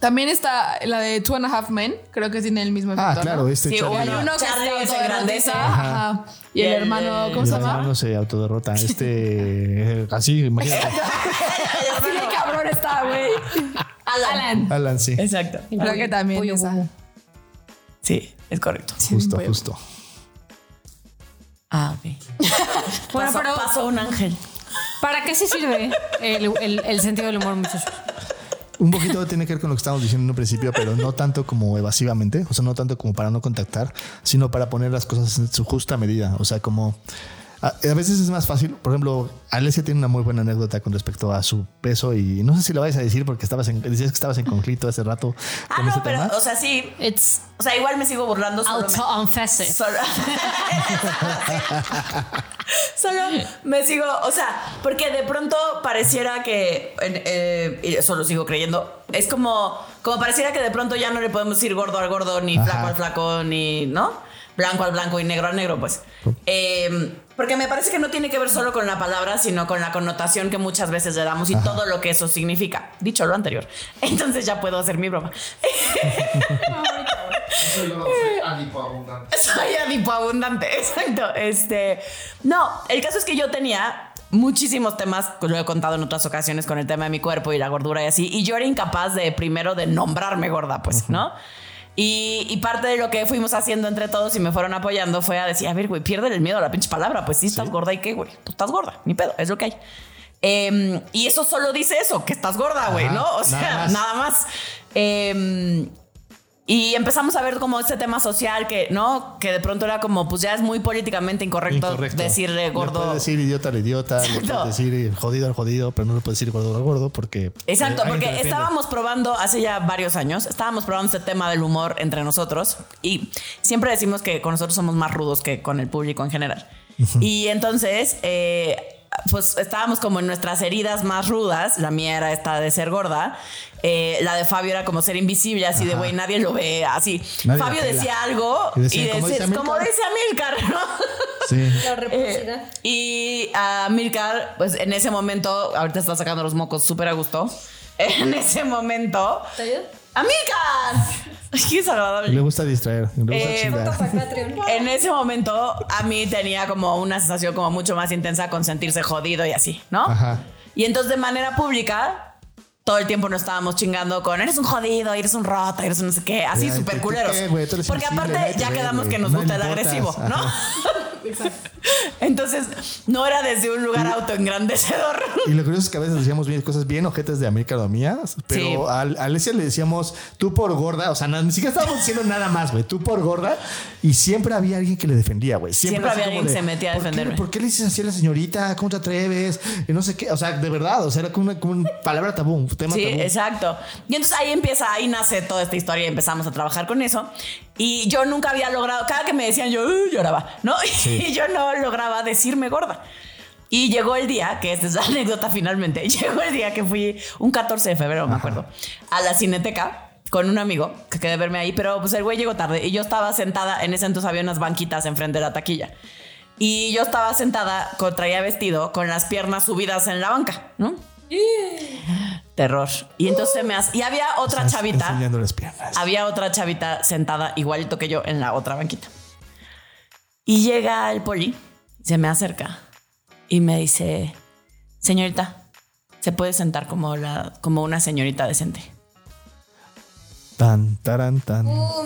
Speaker 2: También está la de Two and a Half Men. Creo que tiene el mismo efecto.
Speaker 1: Ah, claro,
Speaker 2: ¿no?
Speaker 1: este
Speaker 3: Sí,
Speaker 1: Charlie-
Speaker 2: O hay
Speaker 3: Bueno,
Speaker 2: uno que
Speaker 3: Charlie
Speaker 2: se
Speaker 3: se engrandece.
Speaker 2: autoderrotista. Ajá. Y
Speaker 3: Y
Speaker 2: el
Speaker 3: el-
Speaker 2: hermano, ¿cómo
Speaker 1: el
Speaker 2: se llama?
Speaker 1: hermano se autoderrota. Este, eh, así, imagínate.
Speaker 2: Así de cabrón está, güey. Alan.
Speaker 1: Alan, sí.
Speaker 3: Exacto.
Speaker 2: Creo que también
Speaker 5: Pollo
Speaker 2: esa.
Speaker 5: Bubu.
Speaker 3: Sí, es correcto.
Speaker 2: Sí,
Speaker 1: Justo,
Speaker 2: pollo.
Speaker 1: justo.
Speaker 3: Ah, ok.
Speaker 5: Bueno,
Speaker 3: pasó,
Speaker 5: pero-
Speaker 3: pasó un ángel.
Speaker 5: ¿Para qué se sirve el, el- el sentido del humor, muchachos?
Speaker 1: Un poquito tiene que ver con lo que estábamos diciendo en un principio, pero no tanto como evasivamente, o sea, no tanto como para no contactar, sino para poner las cosas en su justa medida. O sea, como a, a veces es más fácil. Por ejemplo, Alesia tiene una muy buena anécdota con respecto a su peso y no sé si la vais a decir porque estabas en, decías que estabas en conflicto hace rato
Speaker 3: Ah,
Speaker 1: con
Speaker 3: no,
Speaker 1: ese
Speaker 3: pero,
Speaker 1: tema.
Speaker 3: o sea, sí.
Speaker 5: It's
Speaker 3: O sea, igual me sigo burlando solo. me-
Speaker 5: auto-unfessive.
Speaker 3: Solo, Solo me sigo, o sea, porque de pronto pareciera que, en- eh, y eso lo sigo creyendo, es como, como pareciera que de pronto ya no le podemos decir gordo al gordo, ni
Speaker 1: Ajá.
Speaker 3: flaco al flaco, ni, ¿no? Blanco al blanco y negro al negro, pues. Eh, porque me parece que no tiene que ver solo con la palabra, sino con la connotación que muchas veces le damos y todo lo que eso significa. Dicho lo anterior. Entonces ya puedo hacer mi broma.
Speaker 9: Soy yo, soy adipoabundante.
Speaker 3: Soy adipoabundante, exacto. Este, no, el caso es que yo tenía muchísimos temas, lo he contado en otras ocasiones con el tema de mi cuerpo y la gordura y así, y yo era incapaz de primero de nombrarme gorda, pues, ¿no? Y, y parte de lo que fuimos haciendo entre todos y me fueron apoyando fue a decir, a ver, güey, pierde el miedo a la pinche palabra, pues sí, estás gorda y qué, güey, tú estás gorda, ni pedo, es lo que hay. Em, y eso solo dice eso, que estás gorda, güey,
Speaker 1: Ajá,
Speaker 3: ¿no? O sea,
Speaker 1: nada
Speaker 3: nada
Speaker 1: más.
Speaker 3: más. Em, y empezamos a ver como este tema social que, ¿no? Que de pronto era como, pues ya es muy políticamente incorrecto,
Speaker 1: Incorrecto.
Speaker 3: decirle
Speaker 1: Le
Speaker 3: "Eh, gordo.
Speaker 1: puedes decir idiota al idiota, le
Speaker 3: Exacto.
Speaker 1: puedes decir eh, jodido al jodido, pero no le puedes decir gordo al gordo porque. eh,
Speaker 3: Exacto,
Speaker 1: alguien te
Speaker 3: porque
Speaker 1: defiende.
Speaker 3: estábamos probando hace ya varios años, estábamos probando este tema del humor entre nosotros y siempre decimos que con nosotros somos más rudos que con el público en general. Y entonces, eh, pues estábamos como en nuestras heridas más rudas, la mía era esta de ser gorda, eh, la de Fabio era como ser invisible, así de,
Speaker 1: Ajá.
Speaker 3: güey, nadie lo ve, así.
Speaker 1: Nadie
Speaker 3: Fabio
Speaker 1: la pela.
Speaker 3: decía algo
Speaker 1: Y
Speaker 3: y
Speaker 1: decía,
Speaker 3: decía,
Speaker 1: "Como
Speaker 3: como
Speaker 1: dice
Speaker 3: dice
Speaker 1: Amílcar".
Speaker 3: Amílcar, ¿no?
Speaker 1: Sí.
Speaker 5: La reciprocidad.
Speaker 3: Eh, y a Milcar, pues en ese momento, ahorita está sacando los mocos súper a gusto. En ese momento.
Speaker 5: ¿Te ayudo?
Speaker 3: ¡A Milcar! Ay, ¡Qué desagradable!
Speaker 1: Le gusta distraer, le gusta
Speaker 3: Eh,
Speaker 1: chingar.
Speaker 3: En ese momento a mí tenía como una sensación como mucho más intensa con sentirse jodido y así, ¿no?
Speaker 1: Ajá.
Speaker 3: Y entonces de manera pública todo el tiempo nos estábamos chingando con eres un jodido, eres un rata, eres un no sé qué, así
Speaker 1: Ay,
Speaker 3: súper
Speaker 1: ¿tú
Speaker 3: culeros.
Speaker 1: qué, güey? Tú eres
Speaker 3: Porque
Speaker 1: sensible,
Speaker 3: aparte
Speaker 1: nadie
Speaker 3: ya
Speaker 1: te ve,
Speaker 3: quedamos
Speaker 1: güey.
Speaker 3: que nos
Speaker 1: No le
Speaker 3: gusta el
Speaker 1: importas.
Speaker 3: agresivo, ¿no? entonces no era desde un lugar autoengrandecedor.
Speaker 1: Y lo curioso es que a veces decíamos bien- cosas bien ojetes de América Domía, pero
Speaker 3: Sí.
Speaker 1: a a Alesia le decíamos tú por gorda, o sea, na- ni siquiera estábamos diciendo nada más, güey, tú por gorda, y siempre había alguien que le defendía, güey.
Speaker 3: Siempre
Speaker 1: así
Speaker 3: había
Speaker 1: como
Speaker 3: alguien que se metía a
Speaker 1: "¿Por qué-
Speaker 3: defenderme?"
Speaker 1: ¿Por qué le dices así a la señorita? ¿Cómo te atreves? Y no sé qué, o sea, de verdad, o sea, era como una, como una palabra tabú, un tema
Speaker 3: Sí,
Speaker 1: tabú.
Speaker 3: exacto. Y entonces ahí empieza, ahí nace toda esta historia y empezamos a trabajar con eso. Y yo nunca había logrado, cada que me decían yo "Uh", lloraba, ¿no? Y yo no lograba decirme gorda. Y llegó el día, que esta es la anécdota finalmente, llegó el día que fui un 14 de febrero, me acuerdo, a la cineteca con un amigo que quedé verme ahí, pero pues el güey llegó tarde y yo estaba sentada, en ese entonces había unas banquitas enfrente de la taquilla. Y yo estaba sentada, con, traía vestido, con las piernas subidas en la banca, ¿no? Terror. Y entonces me hace, y había otra
Speaker 1: Estás
Speaker 3: chavita
Speaker 1: Enseñando las piernas.
Speaker 3: había otra chavita sentada igualito que yo en la otra banquita. Y llega el poli, se me acerca y me dice, señorita, se puede sentar como, la, como una señorita decente.
Speaker 1: Tan, taran, tan.
Speaker 3: Uh,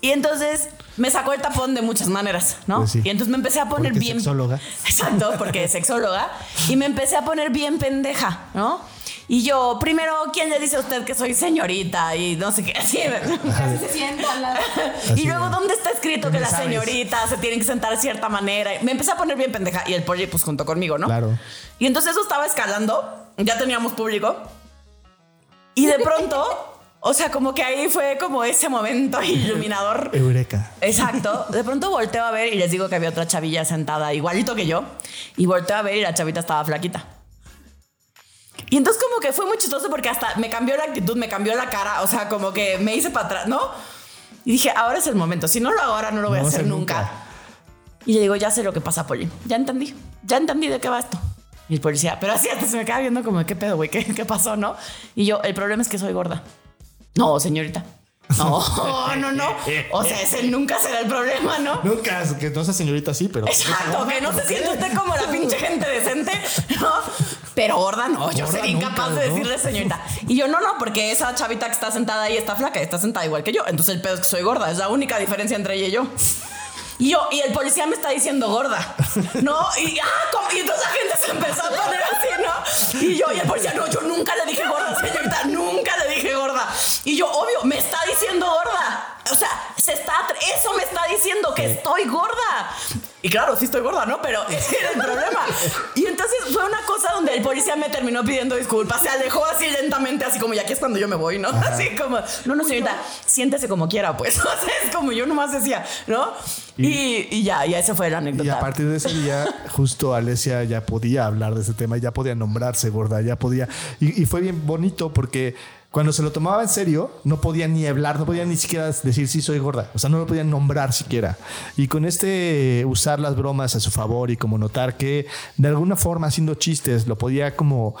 Speaker 3: Y entonces me sacó el tapón de muchas maneras, ¿no?
Speaker 1: Pues sí.
Speaker 3: Y entonces me empecé a poner
Speaker 1: Porque
Speaker 3: bien...
Speaker 1: sexóloga.
Speaker 3: Exacto, porque es sexóloga. Y me empecé a poner bien pendeja, ¿no? Y yo, primero, ¿quién le dice a usted que soy señorita? Y no sé qué. Así,
Speaker 2: Casi se sientan las.
Speaker 1: Así
Speaker 3: y luego,
Speaker 1: de-
Speaker 3: ¿dónde está escrito que
Speaker 1: ¿Dónde
Speaker 3: las
Speaker 1: sabes?
Speaker 3: señoritas se tienen que sentar de cierta manera? Me empecé a poner bien pendeja y el poli, pues, junto conmigo, ¿no?
Speaker 1: Claro.
Speaker 3: Y entonces eso estaba escalando, ya teníamos público. Y de pronto, o sea, como que ahí fue como ese momento iluminador.
Speaker 1: Eureka.
Speaker 3: Exacto. De pronto volteo a ver y les digo que había otra chavilla sentada igualito que yo. Y volteo a ver y la chavita estaba flaquita. Y entonces como que fue muy chistoso porque hasta me cambió la actitud, me cambió la cara, o sea, como que me hice para atrás, ¿no? Y dije, ahora es el momento. Si no lo hago ahora, no lo voy
Speaker 1: No
Speaker 3: a
Speaker 1: va a
Speaker 3: hacer
Speaker 1: ser
Speaker 3: nunca.
Speaker 1: nunca.
Speaker 3: Y le digo, ya sé lo que pasa, Poli. Ya entendí. Ya entendí de qué va esto. Y el policía, pero así hasta se me queda viendo como, ¿qué pedo, güey? ¿Qué, qué pasó, no? Y yo, el problema es que soy gorda. No, señorita. No, no, no. O sea, ese nunca será el problema, ¿no?
Speaker 1: Nunca, que no sea señorita sí, pero.
Speaker 3: Exacto, que no se siente usted como la pinche gente decente, ¿no? Pero gorda no, yo
Speaker 1: Gorda
Speaker 3: sería
Speaker 1: nunca,
Speaker 3: incapaz
Speaker 1: ¿no?
Speaker 3: de decirle señorita. Y yo, no, no, porque esa chavita que está sentada ahí está flaca, está sentada igual que yo. Entonces el pedo es que soy gorda, es la única diferencia entre ella y yo. Y yo, y el policía me está diciendo gorda, ¿no? Y, ah, ¿cómo? y entonces la gente se empezó a poner así, ¿no? Y yo, y el policía, no, yo nunca le dije gorda, señorita, nunca le dije gorda. Y yo, obvio, me está diciendo gorda. O sea, se está, atre- eso me está diciendo que estoy gorda. Y claro, sí estoy gorda, ¿no? Pero ese era el problema. Y entonces fue una cosa donde el policía me terminó pidiendo disculpas. Se alejó así lentamente, así como, y aquí es cuando yo me voy, ¿no? Así como, no, no, señorita, siéntese como quiera, pues. O sea, es como yo nomás decía, ¿no? Y, y ya, ya esa fue la anécdota.
Speaker 1: Y a partir de ese día, justo Alesia ya podía hablar de ese tema, ya podía nombrarse gorda, ya podía. Y, y fue bien bonito porque cuando se lo tomaba en serio, no podía ni hablar, no podía ni siquiera decir sí soy gorda. O sea, no lo podía nombrar siquiera. Y con este eh, usar las bromas a su favor y como notar que de alguna forma haciendo chistes lo podía como.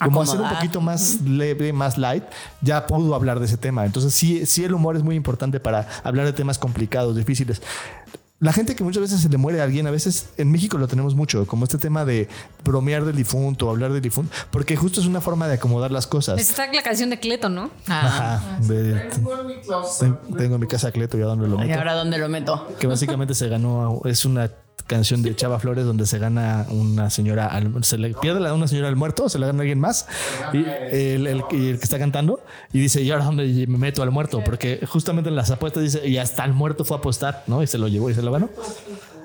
Speaker 1: Como hacer un
Speaker 3: Acomodar.
Speaker 1: poquito más leve, más light, ya pudo hablar de ese tema. Entonces, sí, sí, el humor es muy importante para hablar de temas complicados, difíciles. La gente que muchas veces se le muere a alguien, a veces en México lo tenemos mucho, como este tema de bromear del difunto, hablar del difunto, porque justo es una forma de acomodar las cosas.
Speaker 5: Está la canción de Cleto, ¿no?
Speaker 1: Ajá, de- ten- tengo en mi casa a Cleto y a dónde lo
Speaker 3: ¿Y
Speaker 1: meto.
Speaker 3: ahora dónde lo meto?
Speaker 1: Que básicamente se ganó, es una canción de Chava Flores donde se gana una señora, al- se le pierde la una señora al muerto, se la gana alguien más, y el, el- y el que está cantando, y dice, ¿y ahora dónde me meto al muerto? Porque justamente en las apuestas dice, y hasta el muerto fue a apostar, ¿no? Y se lo llevó y se lo ganó.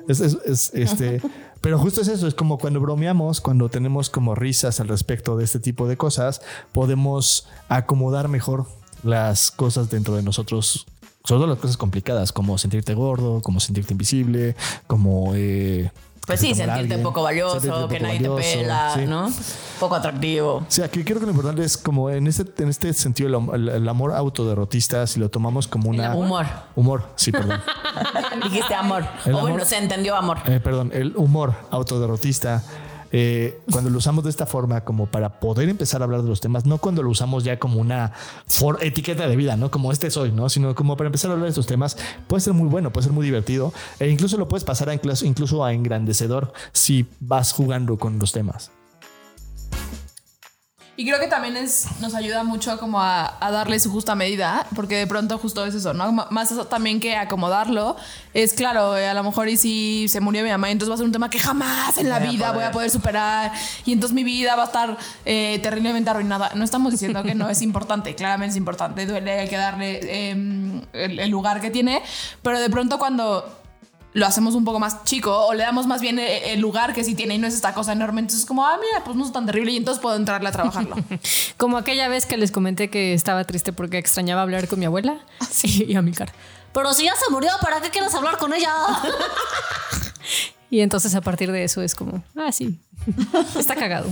Speaker 1: Es, es- es- este, pero justo es eso, es como cuando bromeamos, cuando tenemos como risas al respecto de este tipo de cosas, podemos acomodar mejor las cosas dentro de nosotros, sobre todo las cosas complicadas, como sentirte gordo, como sentirte invisible, como... eh,
Speaker 3: Pues sí,
Speaker 1: como
Speaker 3: sentirte
Speaker 1: alguien,
Speaker 3: poco valioso,
Speaker 1: sentirte
Speaker 3: que
Speaker 1: poco
Speaker 3: nadie
Speaker 1: valioso,
Speaker 3: te pela,
Speaker 1: sí.
Speaker 3: ¿no? Poco
Speaker 1: O
Speaker 3: atractivo.
Speaker 1: sea, que creo que lo importante es como en este, en este sentido, el, am- el- el amor autoderrotista, si lo tomamos como una...
Speaker 3: Humor.
Speaker 1: Humor, sí, perdón.
Speaker 3: Dijiste amor.
Speaker 1: El
Speaker 3: O bueno,
Speaker 1: amor-
Speaker 3: se entendió amor.
Speaker 1: Eh, perdón, el humor autoderrotista. eh, cuando lo usamos de esta forma, como para poder empezar a hablar de los temas, no cuando lo usamos ya como una for- etiqueta de vida, no como este soy, no, sino como para empezar a hablar de estos temas, puede ser muy bueno, puede ser muy divertido e incluso lo puedes pasar a incluso, incluso a engrandecedor si vas jugando con los temas.
Speaker 2: Y creo que también es, nos ayuda mucho como a, a darle su justa medida, porque de pronto justo es eso, ¿no? M- Más eso también que acomodarlo. Es claro, eh, a lo mejor y si se murió mi mamá, entonces va a ser un tema que jamás en la
Speaker 3: Voy a
Speaker 2: vida voy
Speaker 3: poder.
Speaker 2: a poder superar. Y entonces mi vida va a estar eh, terriblemente arruinada. No estamos diciendo que no es importante, claramente es importante, duele, hay que darle eh, el- el lugar que tiene, pero de pronto cuando lo hacemos un poco más chico o le damos más bien eh, el lugar que sí tiene y no es esta cosa enorme. Entonces es como, ah, mira, pues no es tan terrible y entonces puedo entrarle a trabajarlo.
Speaker 5: Como aquella vez que les comenté que estaba triste porque extrañaba hablar con mi abuela y, y a mi cara.
Speaker 7: Pero si ya se murió, ¿para qué quieres hablar con ella?
Speaker 5: Y entonces a partir de eso es como, ah, sí, está cagado.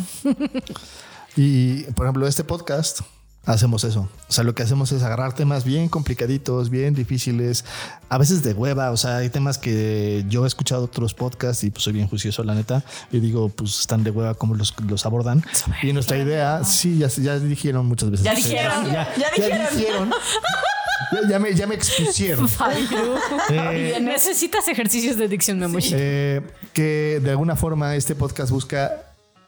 Speaker 1: Y, por ejemplo, este podcast hacemos eso. O sea, lo que hacemos es agarrar temas bien complicaditos, bien difíciles, a veces de hueva. O sea, hay temas que yo he escuchado otros podcasts y pues soy bien juicioso, la neta. Y digo, pues están de hueva como los, los abordan. Y nuestra idea, sí, ya, ya dijeron muchas veces.
Speaker 3: Ya
Speaker 1: Sí,
Speaker 3: dijeron, ya
Speaker 1: Ya
Speaker 3: dijeron.
Speaker 1: dijeron. Ya- ya me, ya me expusieron. Eh,
Speaker 5: Necesitas ejercicios de dicción, Memo.
Speaker 1: eh, que de alguna forma este podcast busca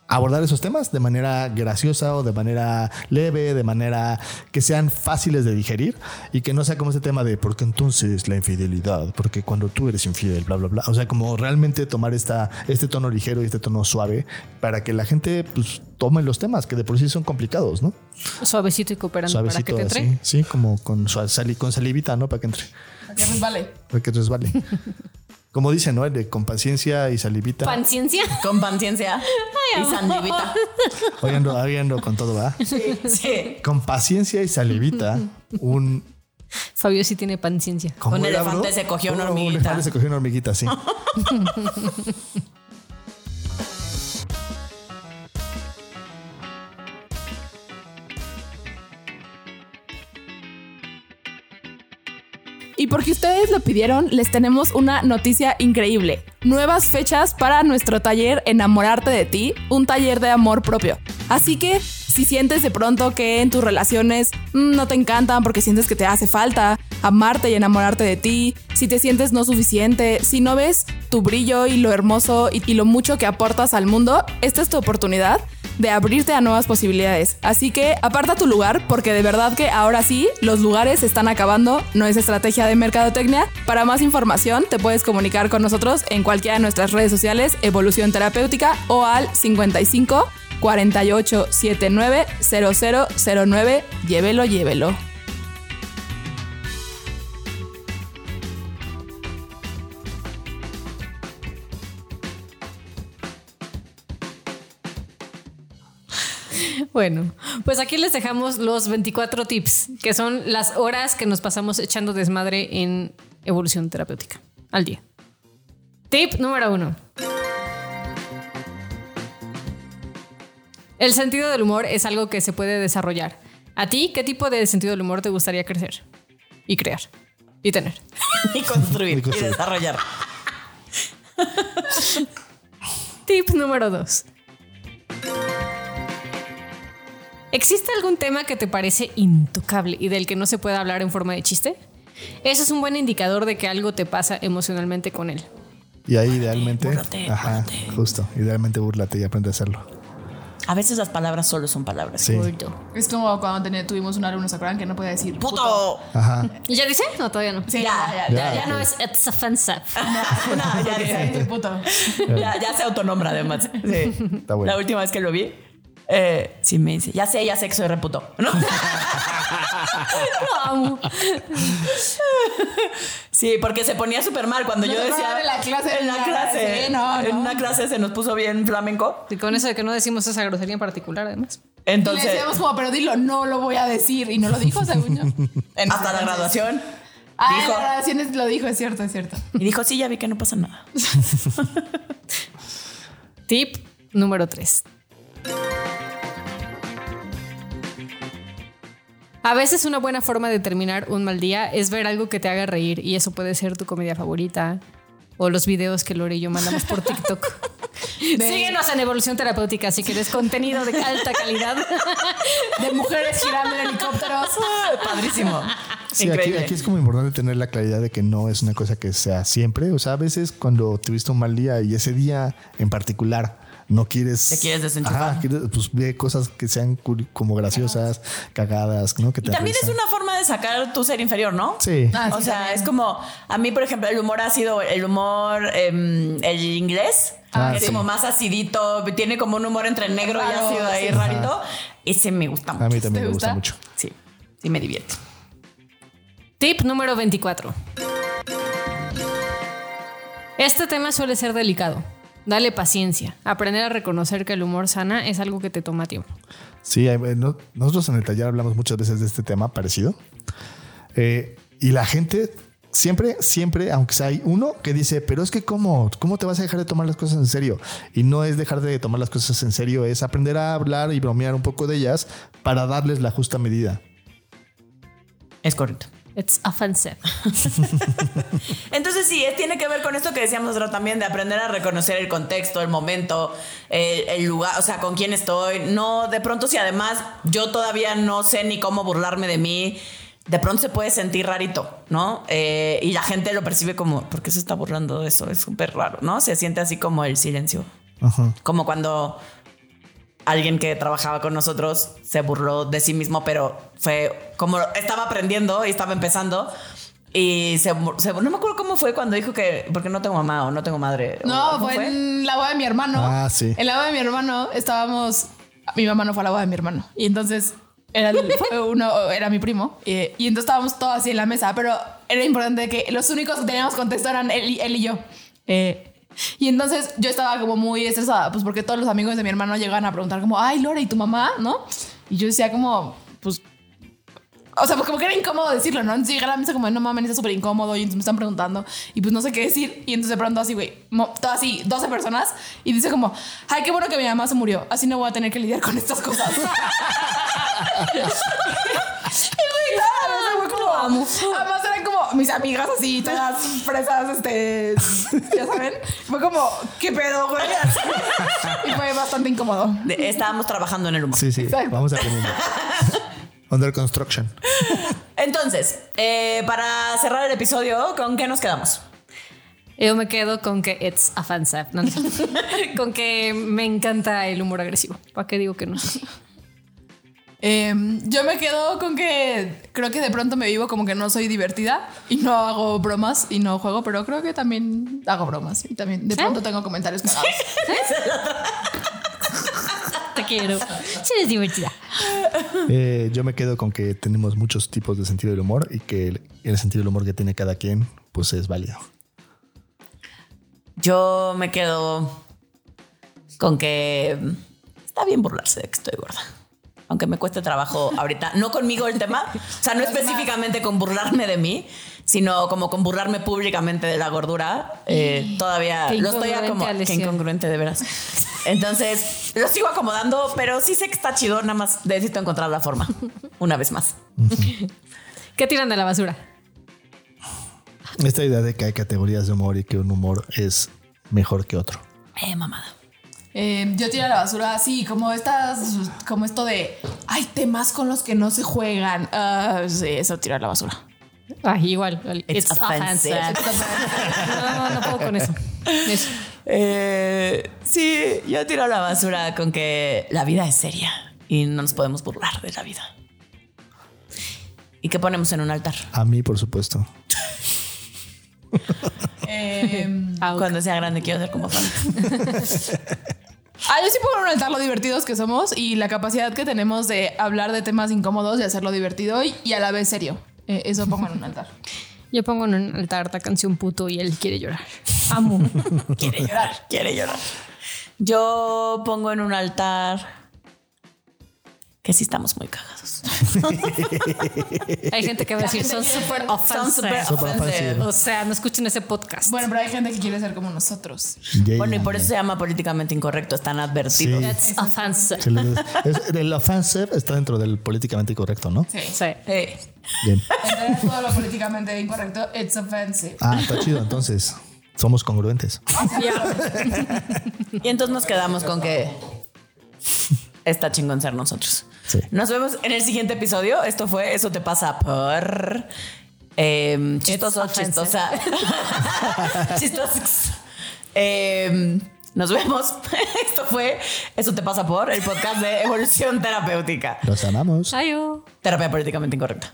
Speaker 1: abordar esos temas de manera graciosa o de manera leve, de manera que sean fáciles de digerir y que no sea como este tema de porque entonces la infidelidad, porque cuando tú eres infiel, bla, bla, bla. O sea, como realmente tomar esta, este tono ligero y este tono suave para que la gente pues, tome los temas que de por sí son complicados, ¿no?
Speaker 5: Suavecito y cooperando
Speaker 1: Suavecito
Speaker 5: para que te
Speaker 1: así,
Speaker 5: entre.
Speaker 1: sí, como con, su- sali- con salivita, ¿no? Para que entre,
Speaker 2: Porque pues vale.
Speaker 1: para que resbale. Como dicen, ¿no? El de con paciencia y salivita.
Speaker 5: Panciencia.
Speaker 3: Con paciencia y
Speaker 5: amor.
Speaker 3: sandivita.
Speaker 1: Hoy ando, hoy ando con todo, ¿verdad?
Speaker 3: Sí.
Speaker 1: Con paciencia y salivita, un...
Speaker 5: Fabio sí tiene paciencia.
Speaker 1: ¿cómo
Speaker 3: Un
Speaker 1: era,
Speaker 3: elefante
Speaker 1: bro?
Speaker 3: se cogió una
Speaker 1: Un- Un
Speaker 3: hormiguita.
Speaker 1: elefante se cogió una hormiguita, sí.
Speaker 2: Y porque ustedes lo pidieron, les tenemos una noticia increíble. Nuevas fechas para nuestro taller Enamorarte de ti, un taller de amor propio. Así que si sientes de pronto que en tus relaciones mm, no te encantan porque sientes que te hace falta amarte y enamorarte de ti, si te sientes no suficiente, si no ves tu brillo y lo hermoso y, y lo mucho que aportas al mundo, esta es tu oportunidad de abrirte a nuevas posibilidades. Así que aparta tu lugar porque de verdad que ahora sí los lugares se están acabando. No es estrategia de mercadotecnia. Para más información te puedes comunicar con nosotros en cualquiera de nuestras redes sociales Evolución Terapéutica o al 55 48 79 0009. Llévelo, llévelo.
Speaker 5: Bueno, pues aquí les dejamos los 24 tips, que son las horas que nos pasamos echando desmadre en evolución terapéutica al día. Tip número uno. El sentido del humor es algo que se puede desarrollar. ¿A ti qué tipo de sentido del humor te gustaría crecer y crear y tener?
Speaker 3: Y construir
Speaker 1: Y
Speaker 3: y
Speaker 1: construir.
Speaker 3: desarrollar.
Speaker 5: Tip número 2. ¿Existe algún tema que te parece intocable y del que no se puede hablar en forma de chiste? Eso es un buen indicador de que algo te pasa emocionalmente con él.
Speaker 1: Y ahí idealmente.
Speaker 3: búrrate,
Speaker 1: ajá,
Speaker 3: búrrate.
Speaker 1: justo. Idealmente búrlate y aprende a hacerlo.
Speaker 3: A veces las palabras solo son palabras.
Speaker 1: Sí.
Speaker 2: Es como cuando ten- tuvimos un alumno, ¿se acuerdan? Que no podía decir
Speaker 3: ¡Puto!
Speaker 1: Ajá.
Speaker 5: ¿Y ya dice? No, todavía no.
Speaker 2: Sí, ya,
Speaker 1: Ya,
Speaker 5: Ya no es it's offensive.
Speaker 3: No, ya,
Speaker 2: ya,
Speaker 3: dice.
Speaker 2: puto.
Speaker 3: Ya- ya se autonombra además. Sí.
Speaker 1: Está bueno.
Speaker 3: La última vez que lo vi, eh, sí me dice, ya sé, ya sé que soy reputo. ¿No?
Speaker 5: Lo amo.
Speaker 3: Sí, porque se ponía súper mal cuando
Speaker 2: No
Speaker 3: yo
Speaker 2: se
Speaker 3: decía.
Speaker 2: acuerdan de la clase,
Speaker 3: En la
Speaker 2: no,
Speaker 3: clase.
Speaker 2: sí, no,
Speaker 3: En
Speaker 2: no.
Speaker 3: una clase se nos puso bien flamenco.
Speaker 5: Y con eso de que no decimos esa grosería en particular, además.
Speaker 2: Y le
Speaker 3: Entonces,
Speaker 2: decíamos como, pero dilo, no lo voy a decir. Y no lo dijo, según yo.
Speaker 3: en- hasta la graduación.
Speaker 2: Ah, en
Speaker 3: Dijo.
Speaker 2: las grabaciones lo dijo, es cierto, es cierto.
Speaker 3: Y dijo, sí, ya vi que no pasa nada.
Speaker 5: Tip número 3. A veces una buena forma de terminar un mal día es ver algo que te haga reír y eso puede ser tu comedia favorita o los videos que Lore y yo mandamos por TikTok. Síguenos en Evolución Terapéutica si quieres contenido de alta calidad.
Speaker 2: De mujeres girando en helicópteros.
Speaker 3: Ah, Padrísimo.
Speaker 1: Sí, aquí,
Speaker 3: Increíble.
Speaker 1: aquí es como importante tener la claridad de que no es una cosa que sea siempre. O sea, a veces cuando tuviste un mal día y ese día en particular no quieres.
Speaker 3: Te quieres desenchufar.
Speaker 1: Ajá, quieres- pues ve cosas que sean curi- como graciosas, cagadas, ¿no? Que te
Speaker 3: Y también es
Speaker 1: risa.
Speaker 3: una forma de sacar tu ser inferior, ¿no?
Speaker 1: Sí.
Speaker 2: Ah,
Speaker 3: o
Speaker 2: sí,
Speaker 3: sea, es como, a mí, por ejemplo, el humor ha sido el humor, em, el inglés,
Speaker 1: Ah,
Speaker 3: que
Speaker 1: sí.
Speaker 3: es como más acidito, tiene como un humor entre negro y
Speaker 2: Raro,
Speaker 3: ácido ahí
Speaker 2: sí.
Speaker 3: rarito. Ese me gusta mucho.
Speaker 1: A mí también
Speaker 2: ¿Te
Speaker 1: me gusta
Speaker 2: gusta?
Speaker 1: mucho.
Speaker 3: Sí, sí me divierte.
Speaker 5: Tip número 24. Este tema suele ser delicado. Dale paciencia. Aprender a reconocer que el humor sana es algo que te toma tiempo.
Speaker 1: Sí, hay- eh, no- nosotros en el taller hablamos muchas veces de este tema parecido. Eh, y la gente siempre, siempre, aunque sea hay uno que dice, pero es que cómo, cómo te vas a dejar de tomar las cosas en serio. Y no es dejar de tomar las cosas en serio, es aprender a hablar y bromear un poco de ellas para darles la justa medida.
Speaker 3: Es correcto.
Speaker 5: It's offensive.
Speaker 3: Entonces sí, es- tiene que ver con esto que decíamos nosotros también, de aprender a reconocer el contexto, el momento, el, el lugar, o sea, con quién estoy. No, de pronto si además yo todavía no sé ni cómo burlarme de mí, de pronto se puede sentir rarito, ¿no? Eh, y la gente lo percibe como, ¿por qué se está burlando de eso? Es súper raro, ¿no? Se siente así como el silencio.
Speaker 1: Ajá.
Speaker 3: Como cuando alguien que trabajaba con nosotros se burló de sí mismo, pero fue como estaba aprendiendo y estaba empezando. Y se, bur- se bur- no me acuerdo cómo fue cuando dijo que porque no tengo mamá o no tengo madre. o
Speaker 2: No,
Speaker 3: ¿cómo
Speaker 2: fue en la boda de mi hermano.
Speaker 1: Ah, sí.
Speaker 2: En la boda de mi hermano estábamos. Mi mamá no fue a la boda de mi hermano. Y entonces era, el- fue uno, era mi primo. eh, Y, entonces estábamos todos así en la mesa. Pero era importante que los únicos que teníamos contexto eran él y, él y yo. Eh, y entonces yo estaba como muy estresada, pues porque todos los amigos de mi hermano llegaban a preguntar, como, ay, Lore, ¿y tu mamá? ¿No? Y yo decía, como, pues o sea, pues como que era incómodo decirlo, ¿no? Entonces llegué a la mesa como, no mames, está súper incómodo y entonces me están preguntando y pues no sé qué decir. Y entonces de pronto así, güey, mo- todo así, 12 personas y dice como, ay, qué bueno que mi mamá se murió, así no voy a tener que lidiar con estas cosas. y güey, claro, o sea, fue como, Además eran como mis amigas así, todas fresas, este, ya saben. Fue como, qué pedo, güey. y fue bastante incómodo.
Speaker 3: fue? De- estábamos trabajando en el humor.
Speaker 1: Sí, sí.
Speaker 2: Exacto.
Speaker 1: Vamos aprendiendo. Under construction.
Speaker 3: Entonces, eh, para cerrar el episodio, ¿con qué nos quedamos?
Speaker 5: Yo me quedo con que it's a fan sap, ¿no? con que me encanta el humor agresivo. ¿Para qué digo que no?
Speaker 2: Eh, yo me quedo con que creo que de pronto me vivo como que no soy divertida y no hago bromas y no juego, pero creo que también hago bromas y también de pronto tengo comentarios cagados.
Speaker 5: Te quiero. Sí, eres divertida.
Speaker 1: Eh, yo me quedo con que tenemos muchos tipos de sentido del humor y que el, el sentido del humor que tiene cada quien pues es válido.
Speaker 3: Yo me quedo con que está bien burlarse de que estoy gorda. Aunque me cueste trabajo ahorita, no conmigo el tema, o sea, no específicamente con burlarme de mí, sino como con burlarme públicamente de la gordura. Eh, todavía
Speaker 5: Qué
Speaker 3: lo estoy
Speaker 5: incongruente,
Speaker 3: como qué
Speaker 5: Alessia.
Speaker 3: incongruente de veras. Entonces, lo sigo acomodando, pero sí sé que está chido, nada más necesito encontrar la forma. Una vez más.
Speaker 5: ¿Qué tiran de la basura?
Speaker 1: Esta idea de que hay categorías de humor y que un humor es mejor que otro.
Speaker 3: Eh, mamada.
Speaker 2: Eh, yo tiro a la basura así, como estas, como esto de hay temas con los que no se juegan. Ah, sí, eso tiro a la basura.
Speaker 5: Ah, igual. el It's, offensive. No, no puedo con eso. Eso.
Speaker 3: Eh, sí, yo tiro a la basura con que la vida es seria y no nos podemos burlar de la vida. ¿Y qué ponemos en un altar?
Speaker 1: A mí, por supuesto.
Speaker 2: Eh,
Speaker 5: Ah,
Speaker 3: Cuando sea grande quiero ser como fan.
Speaker 2: Ah, yo sí puedo notar lo divertidos que somos y la capacidad que tenemos de hablar de temas incómodos y hacerlo divertido y, y a la vez serio. Eh, eso pongo en un altar.
Speaker 5: Yo pongo en un altar la canción puto y él quiere llorar. Amo.
Speaker 3: Quiere llorar, quiere llorar. Yo pongo en un altar que sí estamos muy cagados.
Speaker 5: Hay gente que va a decir son súper
Speaker 3: Son súper
Speaker 5: offensive.
Speaker 1: Súper
Speaker 3: offensive.
Speaker 5: O sea, no escuchen ese podcast.
Speaker 2: Bueno, pero hay gente que quiere ser como nosotros.
Speaker 1: Yay.
Speaker 3: Bueno, y por eso se llama políticamente incorrecto, están
Speaker 1: Sí.
Speaker 3: advertidos.
Speaker 5: It's offensive.
Speaker 1: Se le- es- el offensive está dentro del políticamente correcto, ¿no?
Speaker 2: Sí.
Speaker 5: Sí.
Speaker 3: Eh,
Speaker 1: Bien.
Speaker 2: Entonces, todo lo políticamente incorrecto, it's offensive.
Speaker 1: Ah, está chido. Entonces, somos congruentes.
Speaker 3: Y entonces nos quedamos con que está chingón ser nosotros.
Speaker 1: Sí.
Speaker 3: Nos vemos en el siguiente episodio. Esto fue Eso te pasa por... em, chistoso,
Speaker 5: offensive.
Speaker 3: chistosa. Chistosos. Em, nos vemos. Esto fue Eso te pasa por el podcast de Evolución Terapéutica.
Speaker 1: Los amamos.
Speaker 5: Ay, oh.
Speaker 3: Terapia políticamente incorrecta.